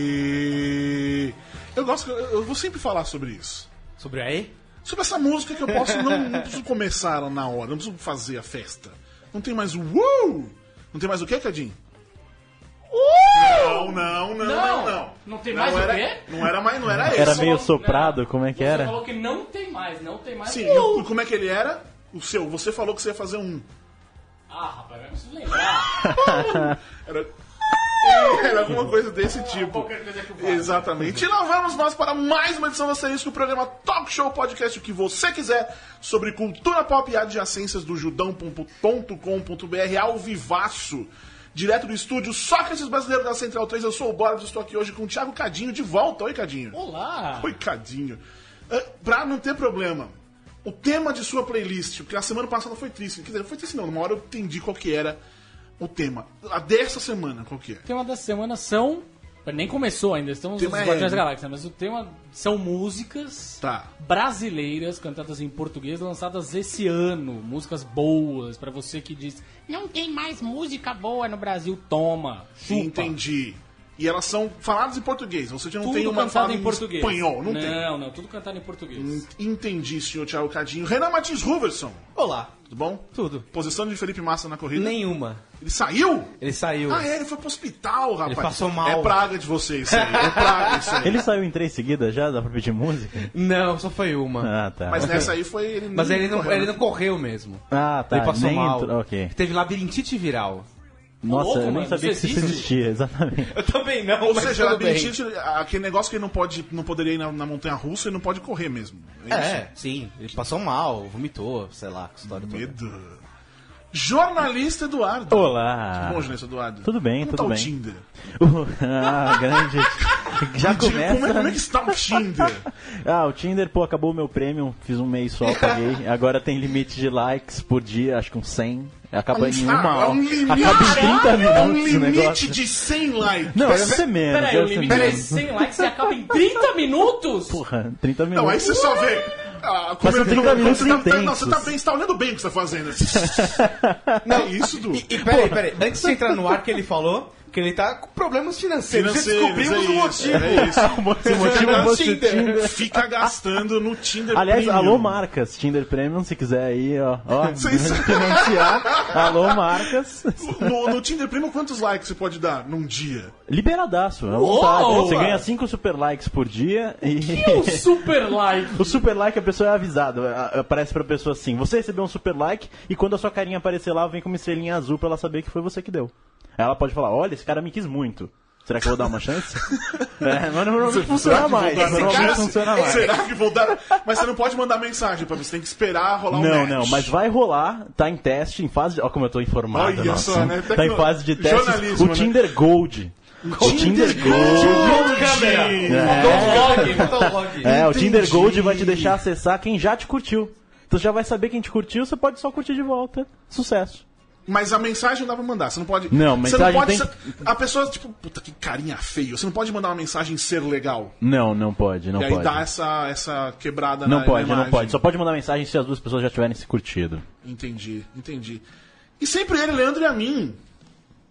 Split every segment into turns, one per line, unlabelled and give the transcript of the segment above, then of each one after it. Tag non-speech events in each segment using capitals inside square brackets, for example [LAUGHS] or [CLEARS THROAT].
aí? Eu gosto, que- eu vou sempre falar sobre isso.
Sobre aí?
Sobre essa música que eu posso não, não preciso começar ela na hora, não preciso fazer a festa. Não tem mais o uh! Não tem mais o quê, Cadinho? Não, não, não, não,
Não.
não.
Não tem mais o
era,
quê?
Não era mais, não era
Era
esse.
Tá meio soprado, como é que
Você
era?
falou que não tem mais, não tem mais.
Sim,
Uh!
e o- como é que ele era? O seu, você falou que você ia fazer um.
Ah, rapaz, mas eu preciso lembrar.
Era, era alguma coisa desse tipo.
Qualquer coisa que eu faça.
Exatamente. E lá vamos nós para mais uma edição da série Isso, o programa Talk Show Podcast, o que você quiser, sobre cultura pop e adjacências do judão.com.br ao vivaço. Direto do estúdio Sócrates Brasileiro da Central 3, eu sou o Borbs, estou aqui hoje com o Thiago Cadinho de volta. Oi, Cadinho.
Olá!
Oi, Cadinho. Ah, Pra não ter problema, o tema de sua playlist, porque a semana passada foi triste, quer dizer, foi triste não, numa hora eu entendi qual que era o tema. A dessa semana, qual que é?
O tema da semana são. Nem começou ainda, estamos nos
Tema é-
Guardiões da Galáxia, mas o tema são músicas
Tá.
brasileiras cantadas em português lançadas esse ano. Músicas boas, pra você que diz não tem mais música boa no Brasil, toma, chupa.
Entendi. E elas são faladas em português, ou seja, não
Tudo
tem uma
cantado
falada
em português.
espanhol, não,
Né?
tem.
Não, não, tudo cantado em português.
Entendi, senhor Thiago Cadinho. Renan Martins Ruverson,
Olá.
tudo bom?
Tudo.
Posição de Felipe Massa na corrida.
Nenhuma.
Ele saiu?
Ele saiu.
Ah, é, ele foi pro hospital, rapaz.
passou mal.
É praga de vocês isso aí. É praga isso aí.
[LAUGHS] Ele saiu em três seguidas já? Dá pra pedir música?
Não, só foi uma.
Ah, tá.
Mas nessa aí foi. Ele
Mas ele não,
correu,
ele
né?
não correu mesmo.
Ah, tá.
ele passou
nem
mal.
entrou- Ok.
Teve labirintite viral.
Nossa,
louco,
eu nem
mano,
sabia que
isso
isso
existe?
existia, exatamente.
Eu também não,
Ou seja, labirintite, aquele negócio que ele não, pode, não poderia ir na, na montanha russa e não pode correr mesmo. isso?
É, sim. Ele passou mal, vomitou, sei lá, que história toda.
Medo. Jornalista Eduardo.
Olá.
Tudo bom,
[LAUGHS]
jornalista Eduardo?
Tudo bem,
Como
tudo
tá
bem.
O Tinder?
ah, grande. Já
Diga, Como, é, como é
começa. né?
que está o Tinder?
Ah, o Tinder, pô, acabou o meu premium, fiz um mês só, paguei. Agora tem limite de likes por dia, acho que uns 100. Acaba em
Ah,
uma
é
hora.
um limite,
Acaba em 30
caralho, é um
minutos o
limite
negócio.
de 100 likes.
Não, é deve ser menos. assim
Peraí, o
um
deve ser
limite é
menos.
100 likes e acaba em 30 minutos?
Porra, 30 minutos.
Não, aí você só vê. Ah,
Mas são 30 minutos
você tá, não, você tá
intensos.
bem, você tá olhando bem o que você tá
[LAUGHS]
fazendo.
Não,
É isso, Du.
E, e peraí, peraí. Antes de entrar no ar que ele falou, que ele tá com problemas financeiros. Já descobrimos o motivo.
É isso.
Se [LAUGHS] o motivo
Fica
fosse o
gastando-
Tinder.
Fica gastando no Tinder
Aliás,
Premium.
alô marcas, Tinder Premium, se quiser aí, ó, ó
Vocês-
[LAUGHS] financiar, alô marcas,
No, no Tinder Primo, quantos likes você pode dar num dia?
liberadaço, à
Uou!
vontade. Você ganha 5 super likes por dia e... [LAUGHS]
Um super like.
O super like a pessoa é avisada, a- aparece pra pessoa assim, você recebeu um super like e quando a sua carinha aparecer lá, vem com uma estrelinha azul pra ela saber que foi você que deu. Aí ela pode falar, olha, esse cara me quis muito. Será que eu vou dar uma chance? [LAUGHS] é, mas normalmente
Será que
funciona
vou
mais.
dar-
Normalmente
Cara,
funciona mais.
Será que vou dar? Mas você não pode mandar mensagem pra mim, você tem que esperar rolar um
Não,
match.
não, mas vai rolar, tá em teste, em fase de. Ó, como eu tô informado,
Olha
nossa,
só,
hein?
né?
Tá em fase de teste.
Jornalismo,
O
né?
Tinder Gold. O Tinder Gold.
Dog.
Gold.
Fotolog.
É, o
Entendi.
Tinder Gold vai te deixar acessar quem já te curtiu. Então já vai saber quem te curtiu, você pode só curtir de volta. Sucesso.
Mas a mensagem dá pra mandar, você não pode.
Não,
você não
mensagem
pode.
tem-
ser- A pessoa, tipo, puta que carinha feio. Você não pode mandar uma mensagem ser legal.
Não, não pode, não
e aí
pode.
dá essa, essa quebrada na,
Não
na
pode, não
imagem.
pode. Só pode mandar mensagem se as duas pessoas já tiverem se curtido.
Entendi, entendi. E sempre ele, Leandro e a mim,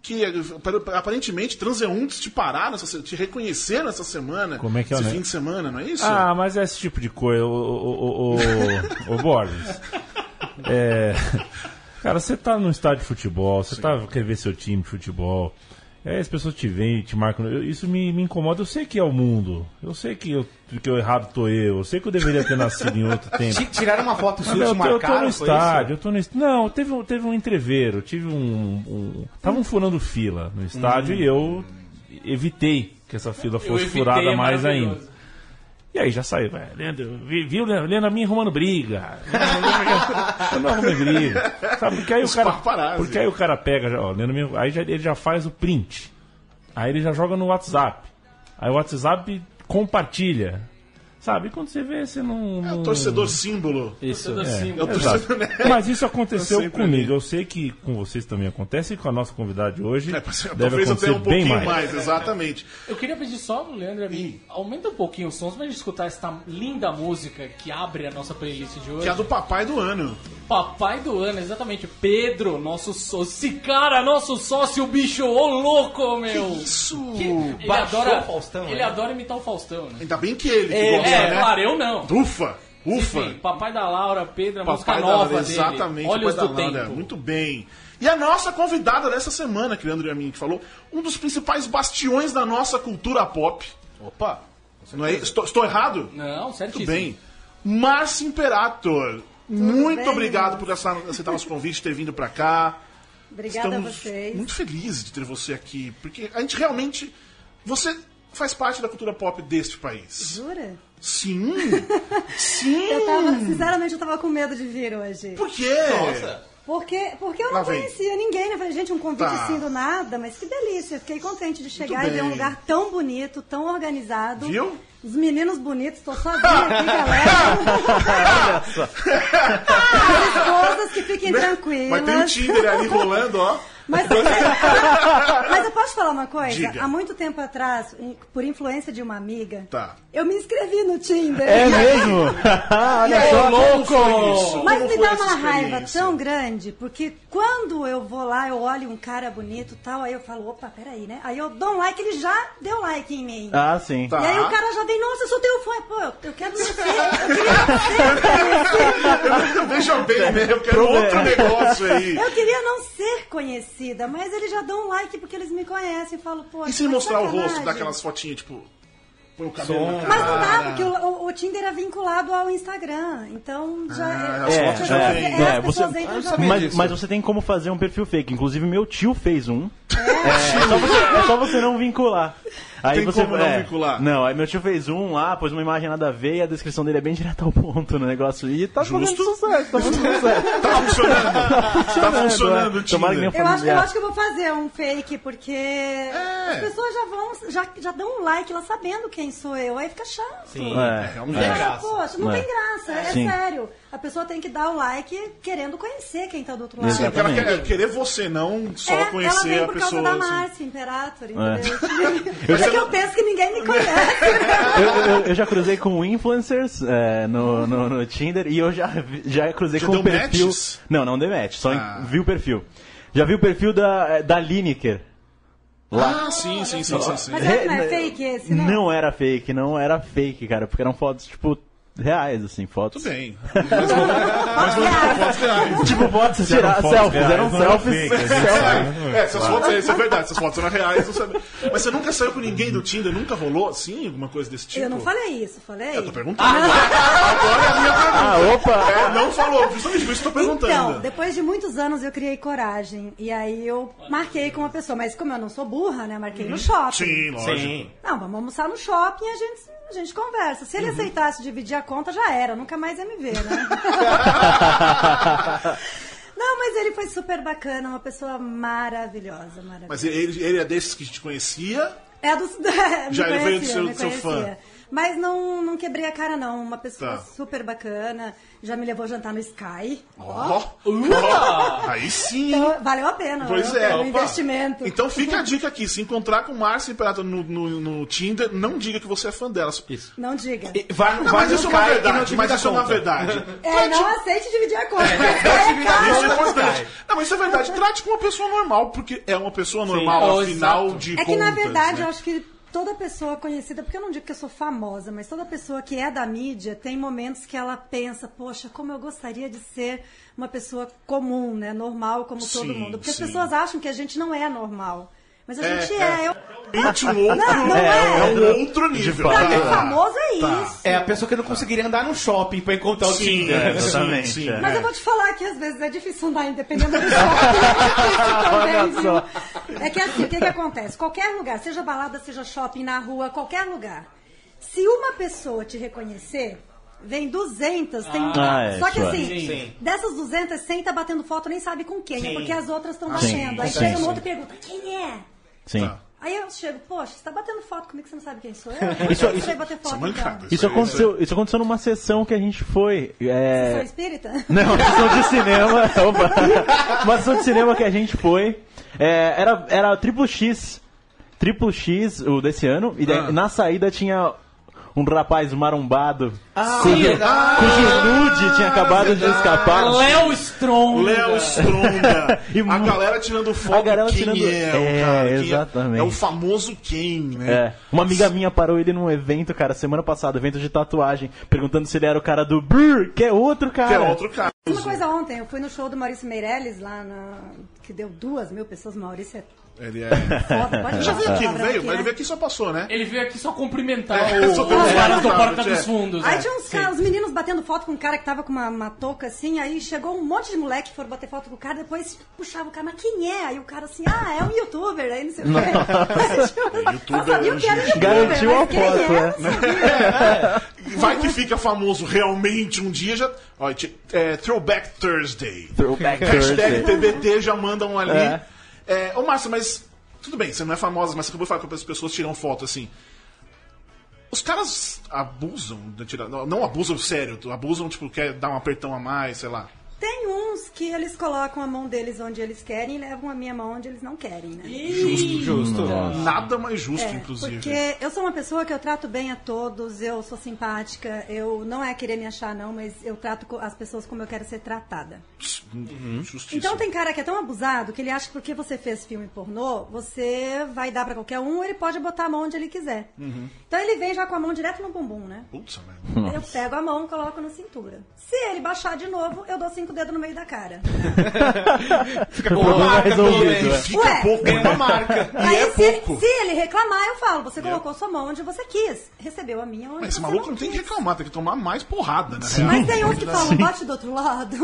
que ap- aparentemente transeuntes te pararam, essa se- te reconheceram essa semana.
Como é que é,
Esse
né?
fim de semana, não é isso?
Ah, mas é esse tipo de coisa, o, o, o, o, Borges. É, cara, você tá num estádio de futebol, você tá, quer ver seu time de futebol. Aí as pessoas te veem, te marcam. eu- isso me, me incomoda. Eu sei que é o mundo. Eu sei que, eu, que eu errado tô eu. Eu sei que eu deveria ter nascido
[LAUGHS]
em outro tempo.
Ti- Tiraram uma foto
Não,
sua, te
eu, tô, eu tô no
marcaram, foi isso?
estádio, eu tô no estádio. Não, teve um, teve um entreveiro, tive um. um estavam furando fila no estádio e eu evitei que essa fila
Eu
fosse
evitei,
furada
é
mais ainda.
maravilhoso.
E aí já saiu, velho. Leandro, vi- viu, Leandro, Leandro a minha arrumando briga. Eu não arrumei briga. Sabe, porque aí
Os
o cara.
paparazzi.
Porque aí o cara pega, já, ó, Leandro, Minha- aí já, ele já faz o print. Aí ele já joga no WhatsApp. Aí o WhatsApp compartilha. Sabe? E quando você vê, você não.
É
não-
o torcedor símbolo.
Isso,
É o
hum. Exato.
torcedor, né?
Mas isso
Eu
aconteceu
sempre
comigo. Eu sei que com vocês também acontece e com a nossa convidada de hoje.
É, mas
deve
[LAUGHS] talvez até
acontecer
um
bem
pouquinho mais.
mais.
exatamente.
Eu queria pedir só, Leandro, e a mim, aumenta um pouquinho os sons pra gente escutar esta linda música que abre a nossa playlist de hoje.
Que é a do papai do ano.
Papai do ano, exatamente. Pedro, nosso sócio. Esse cara, nosso sócio, bicho, ô louco, meu.
Isso!
Ele
Baixou
adora,
o Faustão,
ele
né?
adora imitar o Faustão, né?
Ainda bem que ele, que
É,
gosta,
é,
né?
claro, eu não.
Ufa! Ufa!
Enfim, Papai da Laura, Pedro, a música
Papai da
nova
Laura,
dele.
Exatamente,
Olhos
Papai
do
da
Tempo.
Laura. Muito bem. E a nossa convidada dessa semana, que o Leandro Yamin que falou, um dos principais bastiões da nossa cultura pop.
Opa!
Não é? estou, estou errado?
Não, certíssimo.
Muito bem. Márcio Imperator, muito obrigado por essa- aceitar nosso convite, ter vindo pra cá.
Obrigada
Estamos
a vocês.
muito felizes de ter você aqui, porque a gente realmente. Você faz parte da cultura pop deste país.
Jura?
[LAUGHS]
Sim!
Eu tava, sinceramente, eu tava com medo de vir hoje.
Por quê? É.
Nossa!
Porque, porque eu
Lá
não
vem.
conhecia ninguém, né? Falei, gente, um convite
Tá.
assim do nada, mas que delícia. Eu Fiquei contente de chegar e ver
bem.
um lugar tão bonito, tão organizado.
Viu?
Os meninos bonitos, tô
[LAUGHS]
sozinha aqui, galera. As esposas que fiquem tranquilas.
Né? Mas tem um Tinder ali rolando, ó.
Mas, mas eu posso falar uma coisa?
Diga.
Há muito tempo atrás, em- por influência de uma amiga,
Tá.
eu me inscrevi no Tinder.
É
[LAUGHS]
mesmo?
Ah,
Olha só.
louco! Foi É isso?
Oh, Mas
Como
me
foi
dá
essa
uma raiva
experiência?
tão grande, porque quando eu vou lá, eu olho um cara bonito e tal, aí eu falo, opa, peraí, né? Aí eu dou um like, ele já deu like em mim.
Ah, sim.
Tá.
E aí
[LAUGHS]
o cara já vem, nossa, eu sou teu fã. Pô, eu- eu quero você, eu queria você conhecer.
Veja bem, né? Eu quero
Problema.
outro negócio aí.
Eu queria não ser conhecida, mas eles já dão um like porque eles me conhecem. Eu falo, pô,
E se
que
mostrar o rosto
sacanagem.
daquelas Ah. fotinhas, tipo. Põe o cabelo na
Som.
cara.
Mas não dá, porque o, o- o Tinder é vinculado ao Instagram. Então já.
Ah, as
é,
fotos
já-
já
é,
tem.
as
É,
pessoas
você-
entram
Ah,
já
sabe-
Mas,
disso.
mas você tem como fazer um perfil fake. Inclusive, meu tio fez um. É, é só, você, é só você não vincular. Aí
Tem
você,
como não
é,
vincular.
Não, aí meu tio fez um lá, pôs uma imagem nada a ver e a descrição dele é bem direta ao ponto no negócio. E tá
Justo.
fazendo sucesso, tá fazendo sucesso.
Tá funcionando. tá funcionando o
é. Tomara
Tinder.
que nem
Eu acho, eu
familiar.
acho que eu vou fazer um fake, porque as pessoas já vão, já, já dão um like lá sabendo quem sou eu, aí fica chato.
É.
um
realmente.
Cara,
graça.
Poxa, não
É.
tem graça, é,
Sim.
sério. A pessoa tem que dar o like querendo conhecer quem tá do outro lado.
Sim, assim, o cara
Exatamente.
quer querer você, não só
É, ela
conhecer
vem
a
por
pessoa.
causa da
assim.
Márcia, Imperator, entendeu? [LAUGHS] Por isso é que eu penso que ninguém me conhece.
Eu, eu- eu já cruzei com influencers é, no, no, no Tinder e eu já, vi- já cruzei
Já
com
deu
o perfil.
matches?
Não, não deu match, só em-
Ah.
vi o perfil. Já vi o perfil da, é, da Lineker.
Ah, sim, sim, sim, sim. sim.
Mas é, não é fake esse, não?
Não era fake, não era fake, cara, porque eram fotos, tipo, reais, assim, fotos.
Tudo bem.
Mas
é
não,
Tipo, fotos
Eram
tiradas,
fotos
selfies,
reais,
eram
não eram
selfies.
fake, a gente
selfies.
sabe, né?
É, essas fotos aí, isso é verdade, essas fotos eram reais, não sabia. Mas você nunca saiu com ninguém do Tinder, nunca rolou assim, alguma coisa desse tipo?
eu não falei isso, falei?
Eu tô perguntando. Agora é a minha pergunta.
Ah, opa!
É, não falou, justamente por isso que eu tô perguntando.
Então, depois de muitos anos eu criei coragem. E aí eu marquei com uma pessoa. Mas como eu não sou burra, né? Marquei no shopping.
Uhum. Sim, lógico.
Sim.
Não, vamos almoçar no shopping e a gente, a gente conversa. Se ele
Uhum.
aceitasse dividir a conta, já era. Nunca mais ia me ver,
[LAUGHS]
né? não, mas ele foi super bacana. Uma pessoa maravilhosa, maravilhosa.
Mas ele, ele é desses que te conhecia?
É dos. [LAUGHS] me
Já veio do
conhecia,
seu-
me
do seu fã.
conhecia. Mas não, não quebrei a cara, não. Uma pessoa
Tá.
super bacana. Já me levou jantar no Sky.
Ó. Aí sim.
Então, valeu a pena.
Pois
valeu a
é.
pena
Opa.
o investimento.
Então fica a dica aqui: se encontrar com Márcia Imperato no, no, no Tinder, não diga que você é fã dela. Isso.
[LAUGHS] Não diga.
Vai,
Não, mas isso é uma verdade, mas isso é uma
uma
verdade.
[LAUGHS] É, não aceite dividir a conta. É, cara.
Isso é
Não, não
importante.
cai.
Não, mas isso é verdade. Trate com uma pessoa normal, porque é uma pessoa normal,
Oh,
afinal
exato.
de
É que na
contas,
verdade
né?
eu acho que toda pessoa conhecida, porque eu não digo que eu sou famosa, mas toda pessoa que é da mídia tem momentos que ela pensa, poxa, como eu gostaria de ser uma pessoa comum, né? Normal como todo
Sim,
mundo. Porque
sim.
as pessoas acham que a gente não é normal. Mas a gente
É,
é.
é.
Eu...
Realmente um outro,
Não, não
é,
é.
um outro nível.
Pra
tá?
mim, famoso é
Tá.
isso.
É a pessoa que não conseguiria andar no shopping pra encontrar o
Sim,
Tinder.
é,
exatamente,
sim, sim.
é.
Mas eu vou te falar que às vezes é difícil andar independente do [LAUGHS] shopping. é que assim, o que, que acontece? Qualquer lugar, seja balada, seja shopping, na rua, qualquer lugar. Se uma pessoa te reconhecer, vem 200, tem
Ah, é,
Só que
isso é.
assim,
Sim.
dessas 200, 100 tá batendo foto, nem sabe com quem, é porque as outras estão
Ah, Sim,
batendo. Aí
sim,
chega
sim.
um outro e pergunta, quem é?
[LAUGHS] Sim.
Tá.
Aí eu chego, poxa, você tá batendo foto, como é que você não sabe quem sou eu?
[LAUGHS] Isso-
eu
isso-
sei bater foto,
Isso é mancada.
Isso
aí,
aconteceu, isso aconteceu numa sessão que a gente foi.
então.
É...
Sou espírita?
Não, [LAUGHS] uma sessão de cinema. Opa. Uma sessão de cinema que a gente foi. é, era, era Triplo X. Triplo X o desse ano. E daí, na saída tinha um rapaz marombado
Sim,
cujo,
verdade.
cujo nude tinha acabado de escapar.
Léo Strong.
Léo Stronda.
É. [LAUGHS] E
a
mu-
galera tirando
A
foto
galera
quem é,
tirando-
o
É,
cara. quem é-
exatamente.
É, o famoso quem, né?
É. Uma amiga minha parou ele num evento, cara, semana passada, evento de tatuagem, perguntando se ele era o cara do Brr, que é outro cara.
Que é outro cara.
Uma coisa ontem, eu fui no show do Maurício Meirelles lá na. que deu duas mil pessoas. Maurício é
Ele é.
[LAUGHS]
foda, pode
Ele já
falar
veio aqui, não
palavrão
veio? Mas
né?
ele veio aqui e só passou, né?
Ele veio aqui só cumprimentar
É,
o,
[LAUGHS] só
os
cumprimentar, é.
caras do Porta
tchê.
dos Fundos.
Aí
né?
tinha um uns
Sim.
caras, os meninos batendo foto com um cara que tava com uma, uma touca assim, aí chegou um monte de moleque, foram bater foto com o cara, depois puxava o cara, mas quem é? Aí o cara assim, ah, é um youtuber, aí não sei o [LAUGHS] quê. Mas, tipo,
[LAUGHS] youtuber
Só sabia o que era
hoje
youtuber, né?
Garantiu
mas
a
quem
foto,
é,
né?
não sabia. É.
E Vai que fica famoso realmente um dia já. Ó, t- é, Throwback Thursday. [LAUGHS]
Throwback
Hashtag
Thursday.
TBT já mandam um ali.
É.
É, ô Márcio, mas. Tudo bem, você não é famosa, mas você acabou de falar que as pessoas tiram foto assim. Os caras abusam, de tirar- não não abusam sério, abusam, tipo, quer dar um apertão a mais, sei lá.
Tem uns que eles colocam a mão deles onde eles querem e levam a minha mão onde eles não querem, né?
Justo. Justo. Nada mais justo,
É,
inclusive.
Porque eu sou uma pessoa que eu trato bem a todos, eu sou simpática, eu não é querer me achar não, mas eu trato co- as pessoas como eu quero ser tratada.
Uhum.
Justiça.
Então tem cara que é tão abusado que ele acha que porque você fez filme pornô, você vai dar pra qualquer um, ou ele pode botar a mão onde ele quiser.
Uhum.
Então ele vem já com a mão direto no bumbum, né?
Putz, merda.
Eu pego a mão, coloco na cintura. Se ele baixar de novo, eu dou cinco dedos no meio da cara.
Fica com
Problema
uma marca, pelo
resolvido,
menos.
é.
Fica
Ué.
pouco,
Tem uma
[LAUGHS]
marca.
E é
se, ele,
pouco.
se ele reclamar, eu falo, você colocou sua mão onde você quis, recebeu a minha onde
Mas esse
você
maluco não
não
tem que
quis.
reclamar, tem que tomar mais porrada, né?
Mas tem uns que falam, bote do
[LAUGHS]
outro lado.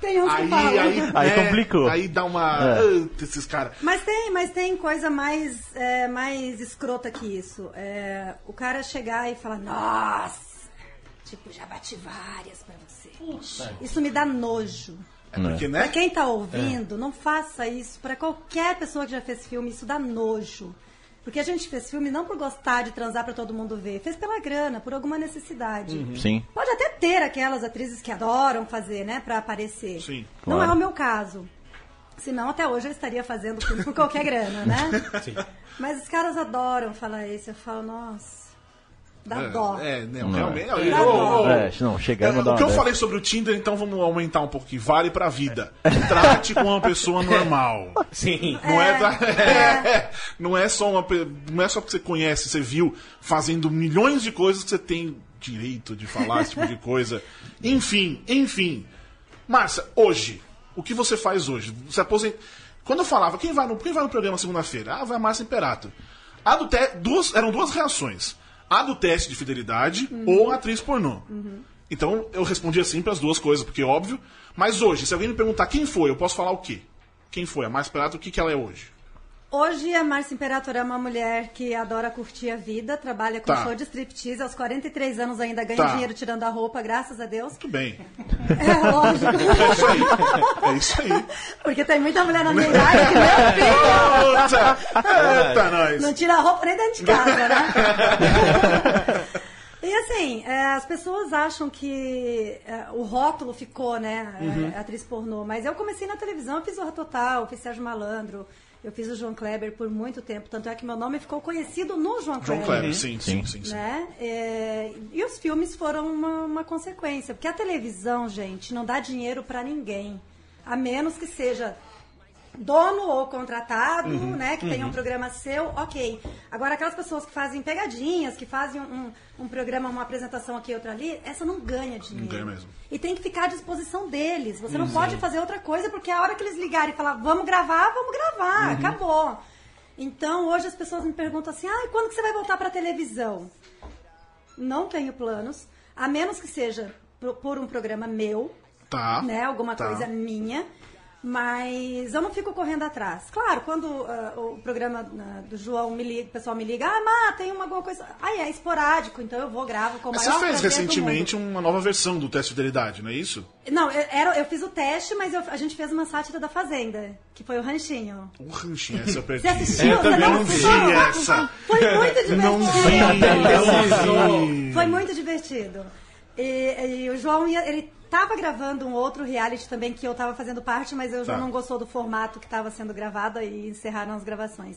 tem uns que
Aí,
falam.
aí,
Aí É.
né,
complicou.
Aí dá uma. "Ah, esses caras.
Mas tem, mas tem coisa mais, é, mais escrota que isso. É, o cara chegar e falar, nossa, tipo, já bati várias pra você. Isso me dá nojo.
É porque,
Pra
né?
quem tá
É.
ouvindo, não faça isso. Pra qualquer pessoa que já fez filme, isso dá nojo. Porque a gente fez filme não por gostar de transar pra todo mundo ver. Fez pela grana, por alguma necessidade.
Uhum.
Sim.
Pode até ter aquelas atrizes que adoram fazer, né, Pra aparecer.
Sim,
Não
claro.
é o meu caso. Senão até hoje eu estaria fazendo filme com qualquer grana,
[LAUGHS]
né? Sim. Mas os caras adoram falar isso. Eu falo, nossa, dá dó.
É, não, realmente. não,
Dá
eu-
dó.
eu-
É, não, chegar
É,
e mandar
o que eu
uma
falei sobre o Tinder, então vamos aumentar um pouquinho. Vale pra vida. Trate com uma pessoa normal.
Sim.
Não é,
É,
pra- [LAUGHS] não é só uma pe- não é só porque você conhece, você viu fazendo milhões de coisas que você tem direito de falar esse tipo de coisa. Enfim, enfim. Márcia, hoje, o que você faz hoje? Você aposenta Quando eu falava, quem vai no, quem vai no programa segunda-feira? Ah, vai a Márcia Imperato. A do te... duas, eram duas reações. A do teste de fidelidade ou a atriz pornô. Então eu respondia sempre as duas coisas, porque é óbvio. Mas hoje, se alguém me perguntar quem foi, eu posso falar o quê? Quem foi? A Márcia Imperato, o que, que ela é hoje?
Hoje a Márcia Imperator é uma mulher que adora curtir a vida, trabalha com
Tá.
show de striptease, aos 43 anos ainda ganha
Tá.
dinheiro tirando a roupa, graças a Deus. [LAUGHS]
Muito bem.
É lógico, [LAUGHS]
É isso aí. É isso aí.
porque tem muita mulher na minha idade né? que, meu filho,
Eita, eita, nós.
não tira a roupa nem dentro de casa, né? E assim, é, as pessoas acham que é, o rótulo ficou, né? é, Atriz pornô. Mas eu comecei na televisão, eu fiz o Total, eu fiz Sérgio Malandro, eu fiz o João Kleber por muito tempo. Tanto é que meu nome ficou conhecido no João
João
Kleber.
Kleber, sim, sim, sim. sim.
né? É, e os filmes foram uma, uma consequência, porque a televisão, gente, não dá dinheiro pra ninguém, a menos que seja dono ou contratado, né, que tenha um programa seu, ok. Agora aquelas pessoas que fazem pegadinhas, que fazem um, um programa, uma apresentação aqui, outra ali, essa não ganha dinheiro.
ganha mesmo. Uhum.
E tem que ficar à disposição deles. Você não pode fazer outra coisa, porque a hora que eles ligarem e falar, vamos gravar, vamos gravar,
Uhum.
acabou. Então, hoje as pessoas me perguntam assim, ah, e quando que você vai voltar pra televisão? Não tenho planos, a menos que seja pro- por um programa meu,
Tá.
né? Alguma
tá.
coisa minha. Mas eu não fico correndo atrás. Claro, quando ah, o programa ah, do João me liga, o pessoal me liga, ah, Má, tem uma, alguma coisa. Aí é esporádico, então eu vou, gravo com o
Mas
maior
você fez
prazer do
recentemente uma nova versão do teste de fidelidade, não é isso?
mundo. Não, eu, era, eu fiz o teste, mas eu- a gente fez uma sátira da Fazenda, que foi o Ranchinho.
O Um ranchinho, essa eu perdi.
Você assistiu? Você
também
não
não vi
assistiu?
essa.
Foi muito
[LAUGHS]
divertido.
Não vi, não vi.
Foi muito divertido. E, e o João ia, ele tava gravando um outro reality também que eu tava fazendo parte, mas o
Tá.
João não gostou do formato que estava sendo gravado e encerraram as gravações.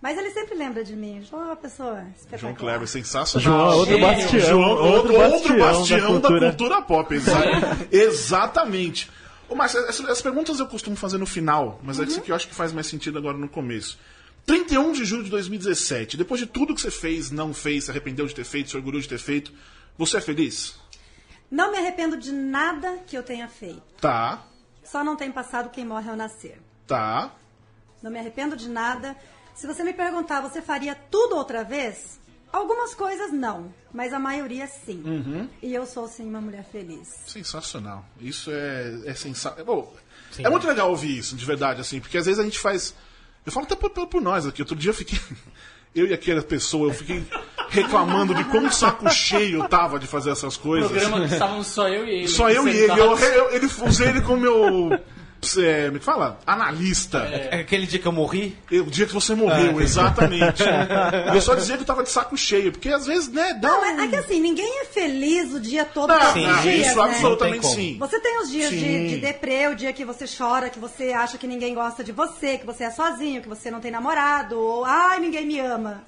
Mas ele sempre lembra de mim. João é uma pessoa espetacular.
João Kleber, sensacional.
João é outro
Gênio.
bastião.
João, outro, outro
da
bastião da cultura,
cultura.
pop, exa- [LAUGHS] exatamente. Ô, Márcio, as, as perguntas eu costumo fazer no final, mas é isso que eu acho que faz mais sentido agora no começo. 31 de julho de 2017, depois de tudo que você fez, não fez, se arrependeu de ter feito, se orgulhou de ter feito, você é feliz?
Não me arrependo de nada que eu tenha feito.
Tá,
Só não tem passado quem morre ao nascer.
tá.
Não me arrependo de nada. Se você me perguntar, você faria tudo outra vez? Algumas coisas não, mas a maioria sim.
Uhum.
E eu sou sim uma mulher feliz.
Sensacional. Isso é, é sensacional. Bom, é muito legal ouvir isso, de verdade, assim, porque às vezes a gente faz. Eu falo até por, por, por nós aqui. Outro dia eu fiquei. [LAUGHS] Eu e aquela pessoa, eu fiquei reclamando de quão saco cheio eu tava de fazer essas coisas.
programa que estávamos só eu e ele.
Só eu e ele. Eu,
sentados.
eu- ele usei ele como meu. É, me fala? Analista.
É Aquele dia que eu morri,
O dia que você morreu, exatamente.
[LAUGHS]
eu só dizia que eu tava de saco cheio, porque às vezes, né, dá
Não,
um.
é, é que assim, ninguém é feliz o dia todo.
Não,
todos
sim,
não,
os
isso
dias, né?
Não tem
absolutamente
como.
sim.
Você tem os dias
Sim.
de, de deprê, o dia que você chora, que você acha que ninguém gosta de você, que você é sozinho, que você não tem namorado, ou ai, ninguém me ama.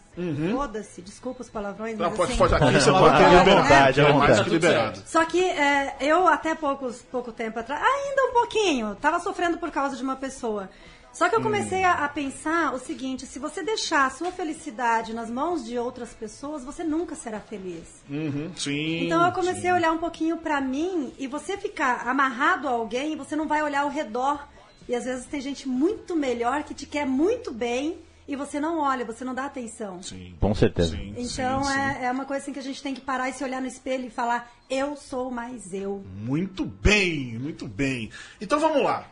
Foda-se, desculpa os palavrões,
Uhum. Não,
mas
pode,
assim-
pode
[LAUGHS]
aqui, você
Ah,
pode ter
né?
liberdade.
vontade, à
É mais
vontade.
que liberado.
Só que é, eu até poucos, pouco tempo atrás, ainda um pouquinho, tava sofrendo por causa de uma pessoa. Só que eu comecei a, a pensar o seguinte, se você deixar a sua felicidade nas mãos de outras pessoas, você nunca será feliz.
Uhum, sim.
Então eu comecei a olhar um pouquinho pra mim e você ficar amarrado a alguém, você não vai olhar ao redor. E às vezes tem gente muito melhor que te quer muito bem e você não olha, você não dá atenção.
Sim.
Com certeza.
Sim,
Então
sim,
é,
sim.
é uma coisa assim que a gente tem que parar e se olhar no espelho e falar, eu sou mais eu.
Muito bem, muito bem. Então vamos lá.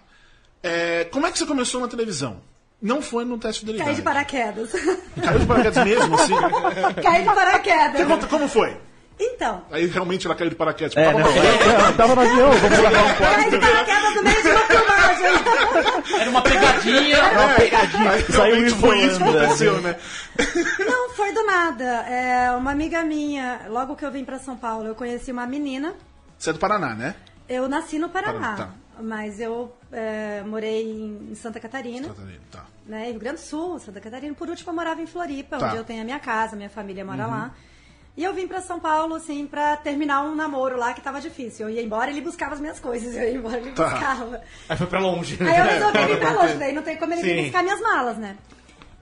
É, como é que você começou na televisão? Não foi no teste de
Caí
realidade. [LAUGHS]
de paraquedas.
Caiu de paraquedas mesmo, assim?
Caí de
Você
paraquedas.
conta como foi?
Então,
Aí realmente ela caiu de paraquedas. Tá
É,
Fala
né?
pra ela.
Eu [LAUGHS] tava no avião, vamos lá.
caí de paraquedas no meio de uma filmagem.
Era uma
[LAUGHS]
pegadinha.
É, aí
Saiu
realmente foi isso que
voando, né?
aconteceu, né?
Não, foi do nada. É, uma amiga minha, logo que eu vim pra São Paulo, eu conheci uma menina
Você é do Paraná, né?
Eu nasci no Paraná,
Paraná,
mas eu é, morei em em Santa Catarina,
Catarina, Tá.
né, Rio Grande do Sul, Santa Catarina. Por último, eu morava em Floripa,
Tá. Uhum.
onde eu tenho a minha casa, minha família mora lá. E eu vim pra São Paulo, assim, pra terminar um namoro lá que tava difícil. Eu ia embora, ele buscava as minhas coisas, eu ia embora, ele
Tá.
buscava.
aí foi pra longe.
Aí eu
[LAUGHS]
resolvi vir pra longe, daí não tem como ele vir
Sim.
buscar minhas malas, né?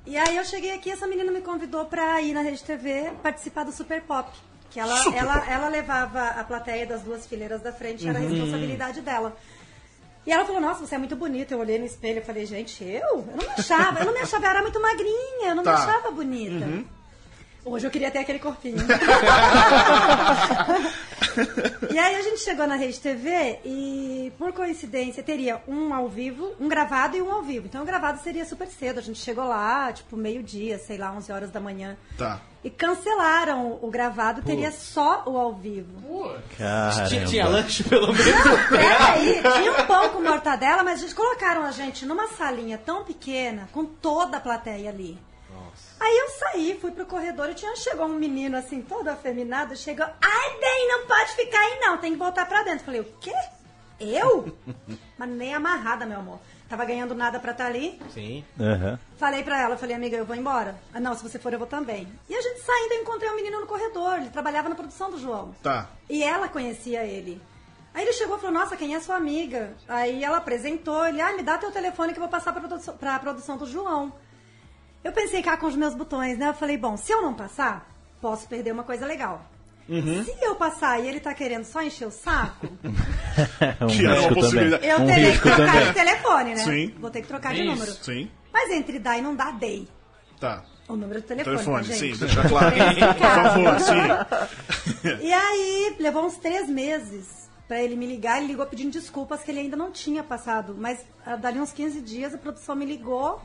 E aí eu cheguei aqui, essa menina me convidou pra ir na Rede TV participar do Super Pop. Que ela,
Super
ela,
Pop.
ela levava a plateia das duas fileiras da frente, era a responsabilidade dela. E ela falou, nossa, você é muito bonita. Eu olhei no espelho e falei, gente, eu? Eu não me achava, eu não me achava, eu era muito magrinha, eu não
Tá.
me achava bonita. Hoje eu queria ter aquele corpinho. E aí a gente chegou na Rede TV e, por coincidência, teria um ao vivo, um gravado e um ao vivo. Então o gravado seria super cedo. A gente chegou lá, tipo, meio-dia, sei lá, 11 horas da manhã.
Tá.
E cancelaram o gravado, teria só o ao vivo.
Tinha,
Caramba.
tinha lanche.
Peraí, tinha um pão com mortadela, mas eles colocaram a gente numa salinha tão pequena, com toda a plateia ali. Aí eu saí, fui pro corredor e tinha chegou um menino assim, todo afeminado, chegou, ai bem, não pode ficar aí não, tem que voltar pra dentro. Falei, o quê? Eu? Mas nem amarrada, meu amor. Tava ganhando nada pra estar ali.
Sim.
Aham.
Falei pra ela, falei, amiga, eu vou embora. Ah, não, se você for, eu vou também. E a gente saindo, eu encontrei um menino no corredor, ele trabalhava na produção do João.
Tá.
E ela conhecia ele. Aí ele chegou e falou, nossa, quem é sua amiga? Aí ela apresentou, ele, ah, me dá teu telefone que eu vou passar pra, produ- pra produção do João. Eu pensei cá com os meus botões, né? Eu falei, bom, se eu não passar, posso perder uma coisa legal. Se eu passar e ele tá querendo só encher o saco,
Um
Que era uma
risco também.
possibilidade.
eu
um
terei que
risco
trocar de
também.
telefone, né?
Sim.
Vou ter que trocar de
Isso.
número.
Sim.
Mas entre dá e não dá, dei.
Tá.
O número do telefone,
Telefone,
tá,
sim,
gente?
deixar claro. Por favor, sim.
E aí, levou uns três meses pra ele me ligar. Ele ligou pedindo desculpas que ele ainda não tinha passado. Mas ah, dali uns 15 dias, a produção me ligou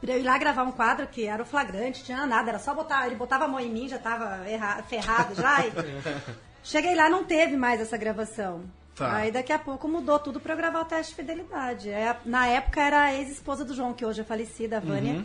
pra eu ir lá gravar um quadro que era o flagrante, tinha nada, era só botar. Ele botava a mão em mim, já tava erra- ferrado já. e- Cheguei lá, não teve mais essa gravação.
Tá.
Aí daqui a pouco mudou tudo pra eu gravar o teste de fidelidade. É, na época era a ex-esposa do João, que hoje é falecida, a Vânia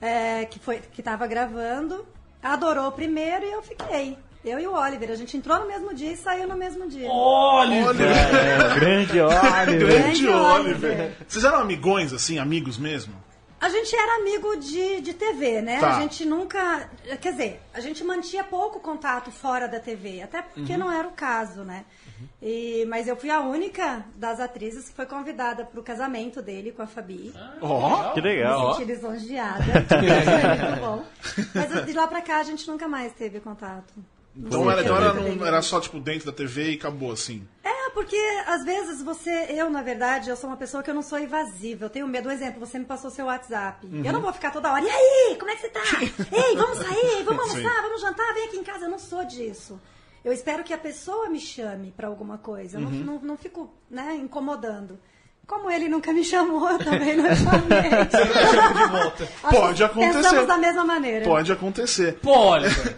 é, que foi que tava gravando, adorou o primeiro e eu fiquei. Eu e o Oliver, a gente entrou no mesmo dia e saiu no mesmo dia.
Oliver.
É, grande Oliver.
[LAUGHS]
Grande
Grande
Oliver.
Oliver.
Vocês eram amigões, assim, amigos mesmo?
A gente era amigo de, de TV, né?
Tá.
A gente nunca. Quer dizer, a gente mantinha pouco contato fora da TV, até porque
Uhum.
não era o caso, né? E, mas eu fui a única das atrizes que foi convidada para o casamento dele com a Fabi.
Ah, Ó,
Que
Me
legal.
senti lisonjeada.
[LAUGHS]
Foi muito bom. Mas de lá pra cá a gente nunca mais teve contato.
então era, então era, num- era só, tipo, dentro da TV e acabou, assim.
É, porque às vezes você, eu na verdade, eu sou uma pessoa que eu não sou evasiva. Eu tenho medo. Um exemplo, você me passou seu WhatsApp.
Uhum.
Eu não vou ficar toda hora. E aí, como é
[LAUGHS]
que você tá? Ei, vamos sair, vamos
Sim.
almoçar, vamos jantar, vem aqui em casa. Eu não sou disso. Eu espero que a pessoa me chame pra alguma coisa. Eu não,
Uhum.
não, não fico, né, incomodando. Como ele nunca me chamou, eu também não chamei.
de
[LAUGHS]
volta.
Acho que
Pode acontecer.
Pensamos da mesma maneira.
Pode acontecer.
Pô,
[LAUGHS]
Oliver,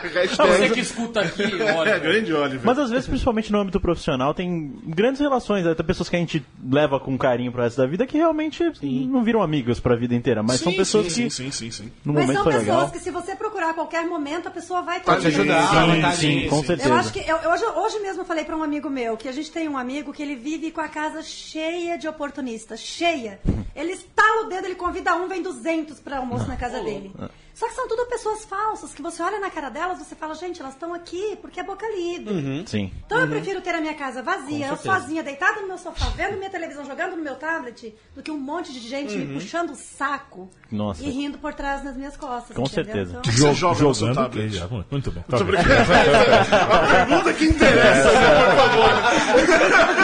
você
Hashtag...
que escuta aqui,
É, [LAUGHS]
Oliver.
grande Oliver.
Mas às vezes, principalmente no âmbito profissional, tem grandes relações. Até pessoas que a gente leva com carinho pro resto da vida que realmente não viram amigos pra vida inteira. Mas são
Sim,
pessoas
sim,
que
Sim, sim, sim, sim.
no
Mas
momento
são
foi
pessoas
legal.
que se você procurar a qualquer momento, a pessoa vai ter.
Tá te ajudando,
Sim,
tá
sim,
sim,
com
sim.
certeza.
Eu acho que eu, eu- hoje, hoje mesmo eu falei pra um amigo meu que a gente tem um amigo que ele vive com a casa cheia de oportunistas,
[LAUGHS]
cheia. Ele estala o dedo, ele convida um, vem 200 pra almoço na
Ah,
casa dele. Só que são tudo pessoas falsas que você olha na cara delas, você fala, gente, elas estão aqui porque é boca livre.
Sim.
Então eu prefiro ter a minha casa vazia, eu sozinha, deitada no meu sofá, vendo minha televisão, jogando no meu tablet, do que um monte de gente me puxando o saco
Uhum. Nossa.
e rindo por trás nas minhas costas.
Com
entendeu?
certeza.
Então,
Você joga no seu
jogando.
tablet.
já, muito bem. Tá
Muito
bem. [LAUGHS]
obrigado. A pergunta que interessa, né, por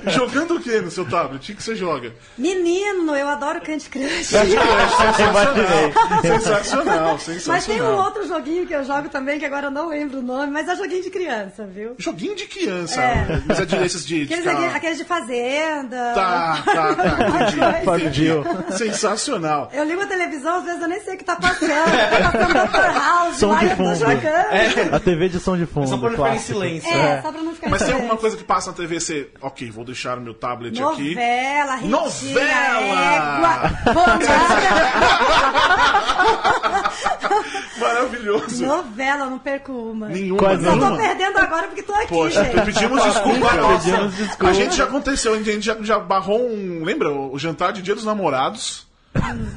favor. [LAUGHS] Jogando o que no seu tablet? O que você joga?
menino, eu adoro
[LAUGHS]
Candy Crush. [LAUGHS]
sensacional, sensacional,
Mas tem um
sensacional.
outro joguinho que eu jogo também, que agora eu não lembro o nome, mas é joguinho de criança, viu?
Joguinho de criança,
É.
mas é de esses de... de
Aqueles,
ficar-
joguinhos- aqueles de fazenda.
Tá, tá,
[LAUGHS]
tá.
Fábio
Entendi,
Gil.
entendi. Sensacional.
[LAUGHS] Eu ligo a televisão, às vezes eu nem sei o que tá passando. Tá passando Dr.
[LAUGHS]
House,
Som
lá
de
eu tô
fundo.
jogando. É,
A TV de som de fundo.
Só pra não ficar em
clássico.
silêncio.
só pra não ficar
É. Mas tem
diferente.
alguma coisa que passa na TV e você... Ok, vou deixar o meu tablet aqui.
Novela, Ritinha,
Novela!
Égua,
[LAUGHS]
Bombada.
Maravilhoso.
novela, não perco uma.
Nenhuma,
Quase
Só tô
nenhuma.
perdendo agora porque tô aqui,
Poxa, então
gente.
pedimos desculpa.
Pedimos desculpa.
A gente já aconteceu, a gente já, já barrou um. Lembra? O jantar de Dia dos Namorados.